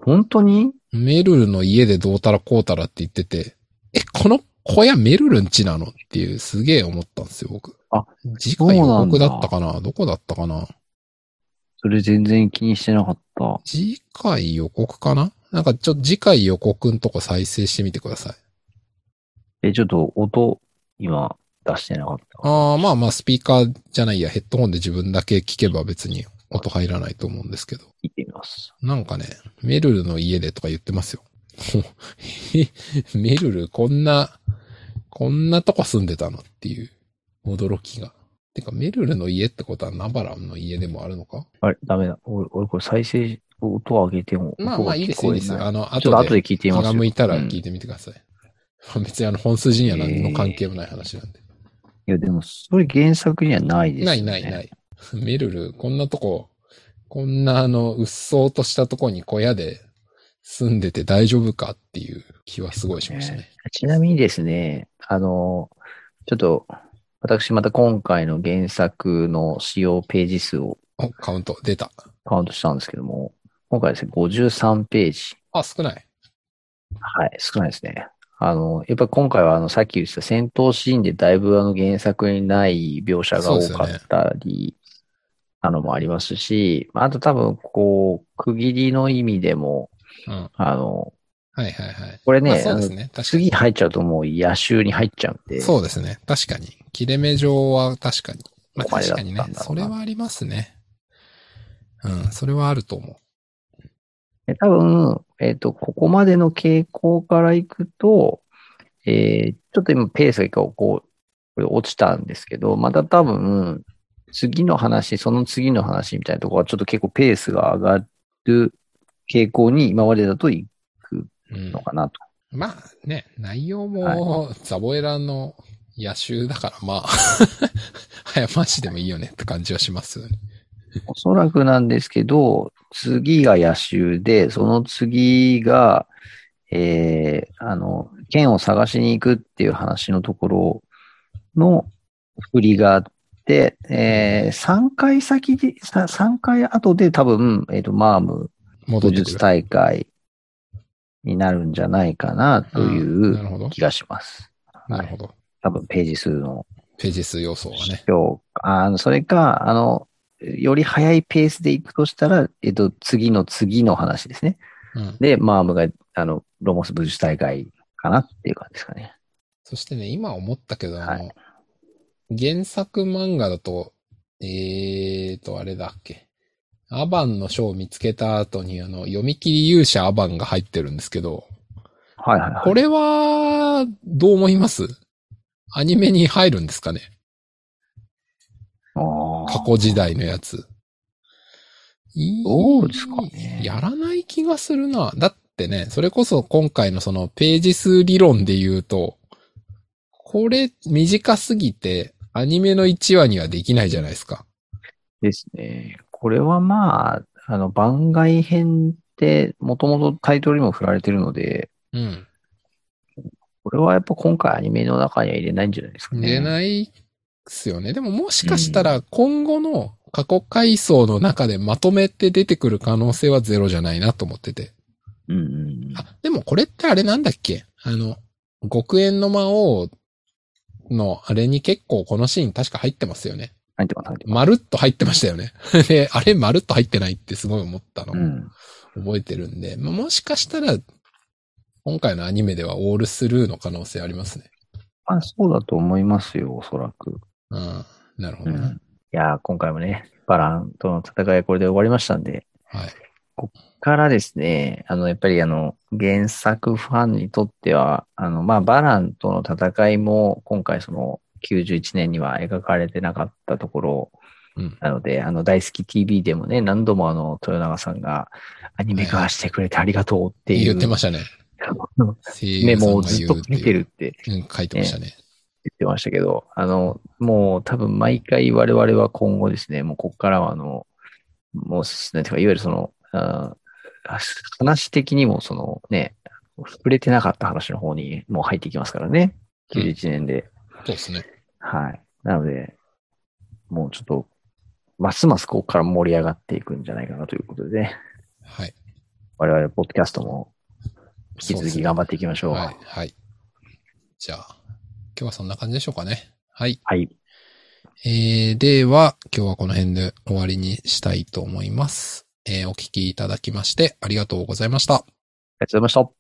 [SPEAKER 2] 本当に
[SPEAKER 1] メルルの家でどうたらこうたらって言ってて、え、この小屋メルルん家なのっていうすげえ思ったんですよ、僕。
[SPEAKER 2] あ、
[SPEAKER 1] 次回予告だった
[SPEAKER 2] そ
[SPEAKER 1] か
[SPEAKER 2] う
[SPEAKER 1] などこだったかな
[SPEAKER 2] それ全然気にしてなかった。
[SPEAKER 1] 次回予告かななんかちょっと次回予告んとこ再生してみてください。
[SPEAKER 2] え、ちょっと音、今、出してなかった。
[SPEAKER 1] ああ、まあまあスピーカーじゃないや、ヘッドホンで自分だけ聞けば別に音入らないと思うんですけど。
[SPEAKER 2] 聞いてみます。
[SPEAKER 1] なんかね、メルルの家でとか言ってますよ。 えメルルこんな、こんなとこ住んでたのっていう驚きが。てか、メルルの家ってことはナバランの家でもあるのか
[SPEAKER 2] あれ、ダメだ。俺、俺これ再生、音を上げても、
[SPEAKER 1] まあ
[SPEAKER 2] 音
[SPEAKER 1] ま
[SPEAKER 2] が
[SPEAKER 1] あいい
[SPEAKER 2] 聞
[SPEAKER 1] です
[SPEAKER 2] こ
[SPEAKER 1] よ、い
[SPEAKER 2] え
[SPEAKER 1] いですよ。
[SPEAKER 2] ない。
[SPEAKER 1] あの、
[SPEAKER 2] ちょっと
[SPEAKER 1] 後
[SPEAKER 2] 後
[SPEAKER 1] で
[SPEAKER 2] で聞いて
[SPEAKER 1] 気
[SPEAKER 2] みます
[SPEAKER 1] が
[SPEAKER 2] よ。
[SPEAKER 1] 向いたら
[SPEAKER 2] うん
[SPEAKER 1] 聞いてみてください。まあ別にあの本筋には何の関係もない話なんで。
[SPEAKER 2] いや、でも、それ原作にはないですよ
[SPEAKER 1] な
[SPEAKER 2] ね。。
[SPEAKER 1] いないないい。メルル、こんなとこ、こんなあの、うっそうとしたとこに小屋で住んでて大丈夫かっていう気はすごいしましたね。
[SPEAKER 2] ちなみにですね、あの、ちょっと、私また今回の原作の使用ページ数を
[SPEAKER 1] お、カウント、出た。
[SPEAKER 2] カウントしたんですけども、今回ですね、53ページ。
[SPEAKER 1] あ、少ない。
[SPEAKER 2] はい、少ないですね。あの、やっぱり今回はあの、さっき言ってた戦闘シーンでだいぶあの原作にない描写が
[SPEAKER 1] そう
[SPEAKER 2] 多
[SPEAKER 1] ですよ
[SPEAKER 2] か
[SPEAKER 1] ね
[SPEAKER 2] ったり、あのもありますし、まああと多分こう、区切りの意味でも、
[SPEAKER 1] うん。は
[SPEAKER 2] あの、
[SPEAKER 1] いはいはい。
[SPEAKER 2] これね、
[SPEAKER 1] まあ、そう
[SPEAKER 2] あ
[SPEAKER 1] で
[SPEAKER 2] の
[SPEAKER 1] すね。確か
[SPEAKER 2] 次
[SPEAKER 1] に。
[SPEAKER 2] 入っちゃうともう野襲に入っちゃうんで、
[SPEAKER 1] そうですね。確かに。切れ目上は確かに。まあ
[SPEAKER 2] ここまで
[SPEAKER 1] 確かにね
[SPEAKER 2] だったん。だろ
[SPEAKER 1] そう
[SPEAKER 2] な
[SPEAKER 1] れはありますね。うん、それはあると思う。
[SPEAKER 2] で多分、えっ、と、ここまでの傾向からいくと、えーちょっと今ペースがこう、これ落ちたんですけど、また多分、次の話、その次の話みたいなところはちょっと結構ペースが上がる傾向に今までだと行
[SPEAKER 1] うん
[SPEAKER 2] くの。かなと。
[SPEAKER 1] まあね、内容もザボエラの野襲だから、まあ、 早回しでもいいよねって感じはしますよね。
[SPEAKER 2] おそらくなんですけど、次が野襲で、その次が、えーあの、剣を探しに行くっていう話のところの振りがあって、え3回先で、さ三回後で多分、えっ、と、マーム
[SPEAKER 1] 戻っ
[SPEAKER 2] 武
[SPEAKER 1] てく
[SPEAKER 2] 術
[SPEAKER 1] る。
[SPEAKER 2] 大会になるんじゃないかなと
[SPEAKER 1] うんないる
[SPEAKER 2] う
[SPEAKER 1] ほど。
[SPEAKER 2] 気がします。
[SPEAKER 1] なるほど。
[SPEAKER 2] 多分ページ数の
[SPEAKER 1] ページ数要素はね。
[SPEAKER 2] 評価、あの、それか、あの、より早いペースで行くとしたら、えっと、次の次の話ですね。
[SPEAKER 1] うん。
[SPEAKER 2] で、マームが、あの、ロモス武術大会かなっていう感じですかね。
[SPEAKER 1] そしてね、今思ったけど、あの
[SPEAKER 2] は
[SPEAKER 1] 原作漫画だと、えーと、あれだっけ。アバンの書を見つけた後に、あの、読み切り勇者アバンが入ってるんですけど、
[SPEAKER 2] はいはいはい。
[SPEAKER 1] これは、どう思いますアニメに入るんですかね
[SPEAKER 2] あ
[SPEAKER 1] 過去時代のやつ。いい
[SPEAKER 2] どうですかね
[SPEAKER 1] やらない気がするな。だってね、それこそ今回のそのページ数理論で言うと、これ短すぎてアニメの1話にはできないじゃないですか。
[SPEAKER 2] ーですね。これはまあ、あの、番外編って、もともとタイトルにも振られてるので、
[SPEAKER 1] うん。
[SPEAKER 2] これはやっぱ今回アニメの中には入れないんじゃないですかね。
[SPEAKER 1] 出ないっすよね。でももしかしたら今後の過去回想の中でまとめて出てくる可能性はゼロじゃないなと思ってて。
[SPEAKER 2] うんうんうん。
[SPEAKER 1] あ、でもこれってあれなんだっけあの、極縁の魔王のあれに結構このシーン確か入ってますよね。
[SPEAKER 2] なんていうかな、なんていうか
[SPEAKER 1] まるっと入ってましたよね。 で、あれまるっと入ってないってすごい思ったの
[SPEAKER 2] う。ん。
[SPEAKER 1] 覚えてるんで、まあもしかしたら、今回のアニメではオールスルーの可能性ありますね。
[SPEAKER 2] まあそうだと思いますよ、おそらく。
[SPEAKER 1] うん。なるほ
[SPEAKER 2] う
[SPEAKER 1] ど
[SPEAKER 2] ん。
[SPEAKER 1] ね。
[SPEAKER 2] いやー、今回もね、バランとの戦いこれで終わりましたんで、
[SPEAKER 1] はい。
[SPEAKER 2] からですね、あの、やっぱりあの、原作ファンにとっては、あの、まあ、バランとの戦いも、今回その、91年には描かれてなかったところ
[SPEAKER 1] うん。
[SPEAKER 2] なので、あの、大好き TV でもね、何度もあの、豊永さんが、アニメ化してくれてありがとうっていう、
[SPEAKER 1] 言ってましたね。
[SPEAKER 2] あの
[SPEAKER 1] 声優
[SPEAKER 2] メ
[SPEAKER 1] さ
[SPEAKER 2] モ
[SPEAKER 1] ん
[SPEAKER 2] を
[SPEAKER 1] が
[SPEAKER 2] ず
[SPEAKER 1] 言
[SPEAKER 2] っ
[SPEAKER 1] う
[SPEAKER 2] と
[SPEAKER 1] って
[SPEAKER 2] 見
[SPEAKER 1] い
[SPEAKER 2] て
[SPEAKER 1] う。
[SPEAKER 2] るって
[SPEAKER 1] うん、書いてましたね。
[SPEAKER 2] 言ってましたけど、あの、もう多分毎回我々は今後ですね、もうこっからはあの、もう、なんていうか、いわゆるその、あー話的にもそのね、触れてなかった話の方にもう入ってきますからね。
[SPEAKER 1] うん
[SPEAKER 2] 91年で。
[SPEAKER 1] そうですね。
[SPEAKER 2] はい。なので、もうちょっと、ますますここから盛り上がっていくんじゃないかなということでね、
[SPEAKER 1] はい。
[SPEAKER 2] 我々、ポッドキャストも引き
[SPEAKER 1] そうで
[SPEAKER 2] 続
[SPEAKER 1] す
[SPEAKER 2] き
[SPEAKER 1] ね
[SPEAKER 2] 頑張っていきましょう。
[SPEAKER 1] はい、はい。じゃあ、今日はそんな感じでしょうかね。はい。
[SPEAKER 2] はい。
[SPEAKER 1] えー、では、今日はこの辺で終わりにしたいと思います。えー、お聞きいただきましてありがとうございました。
[SPEAKER 2] ありがとうございました。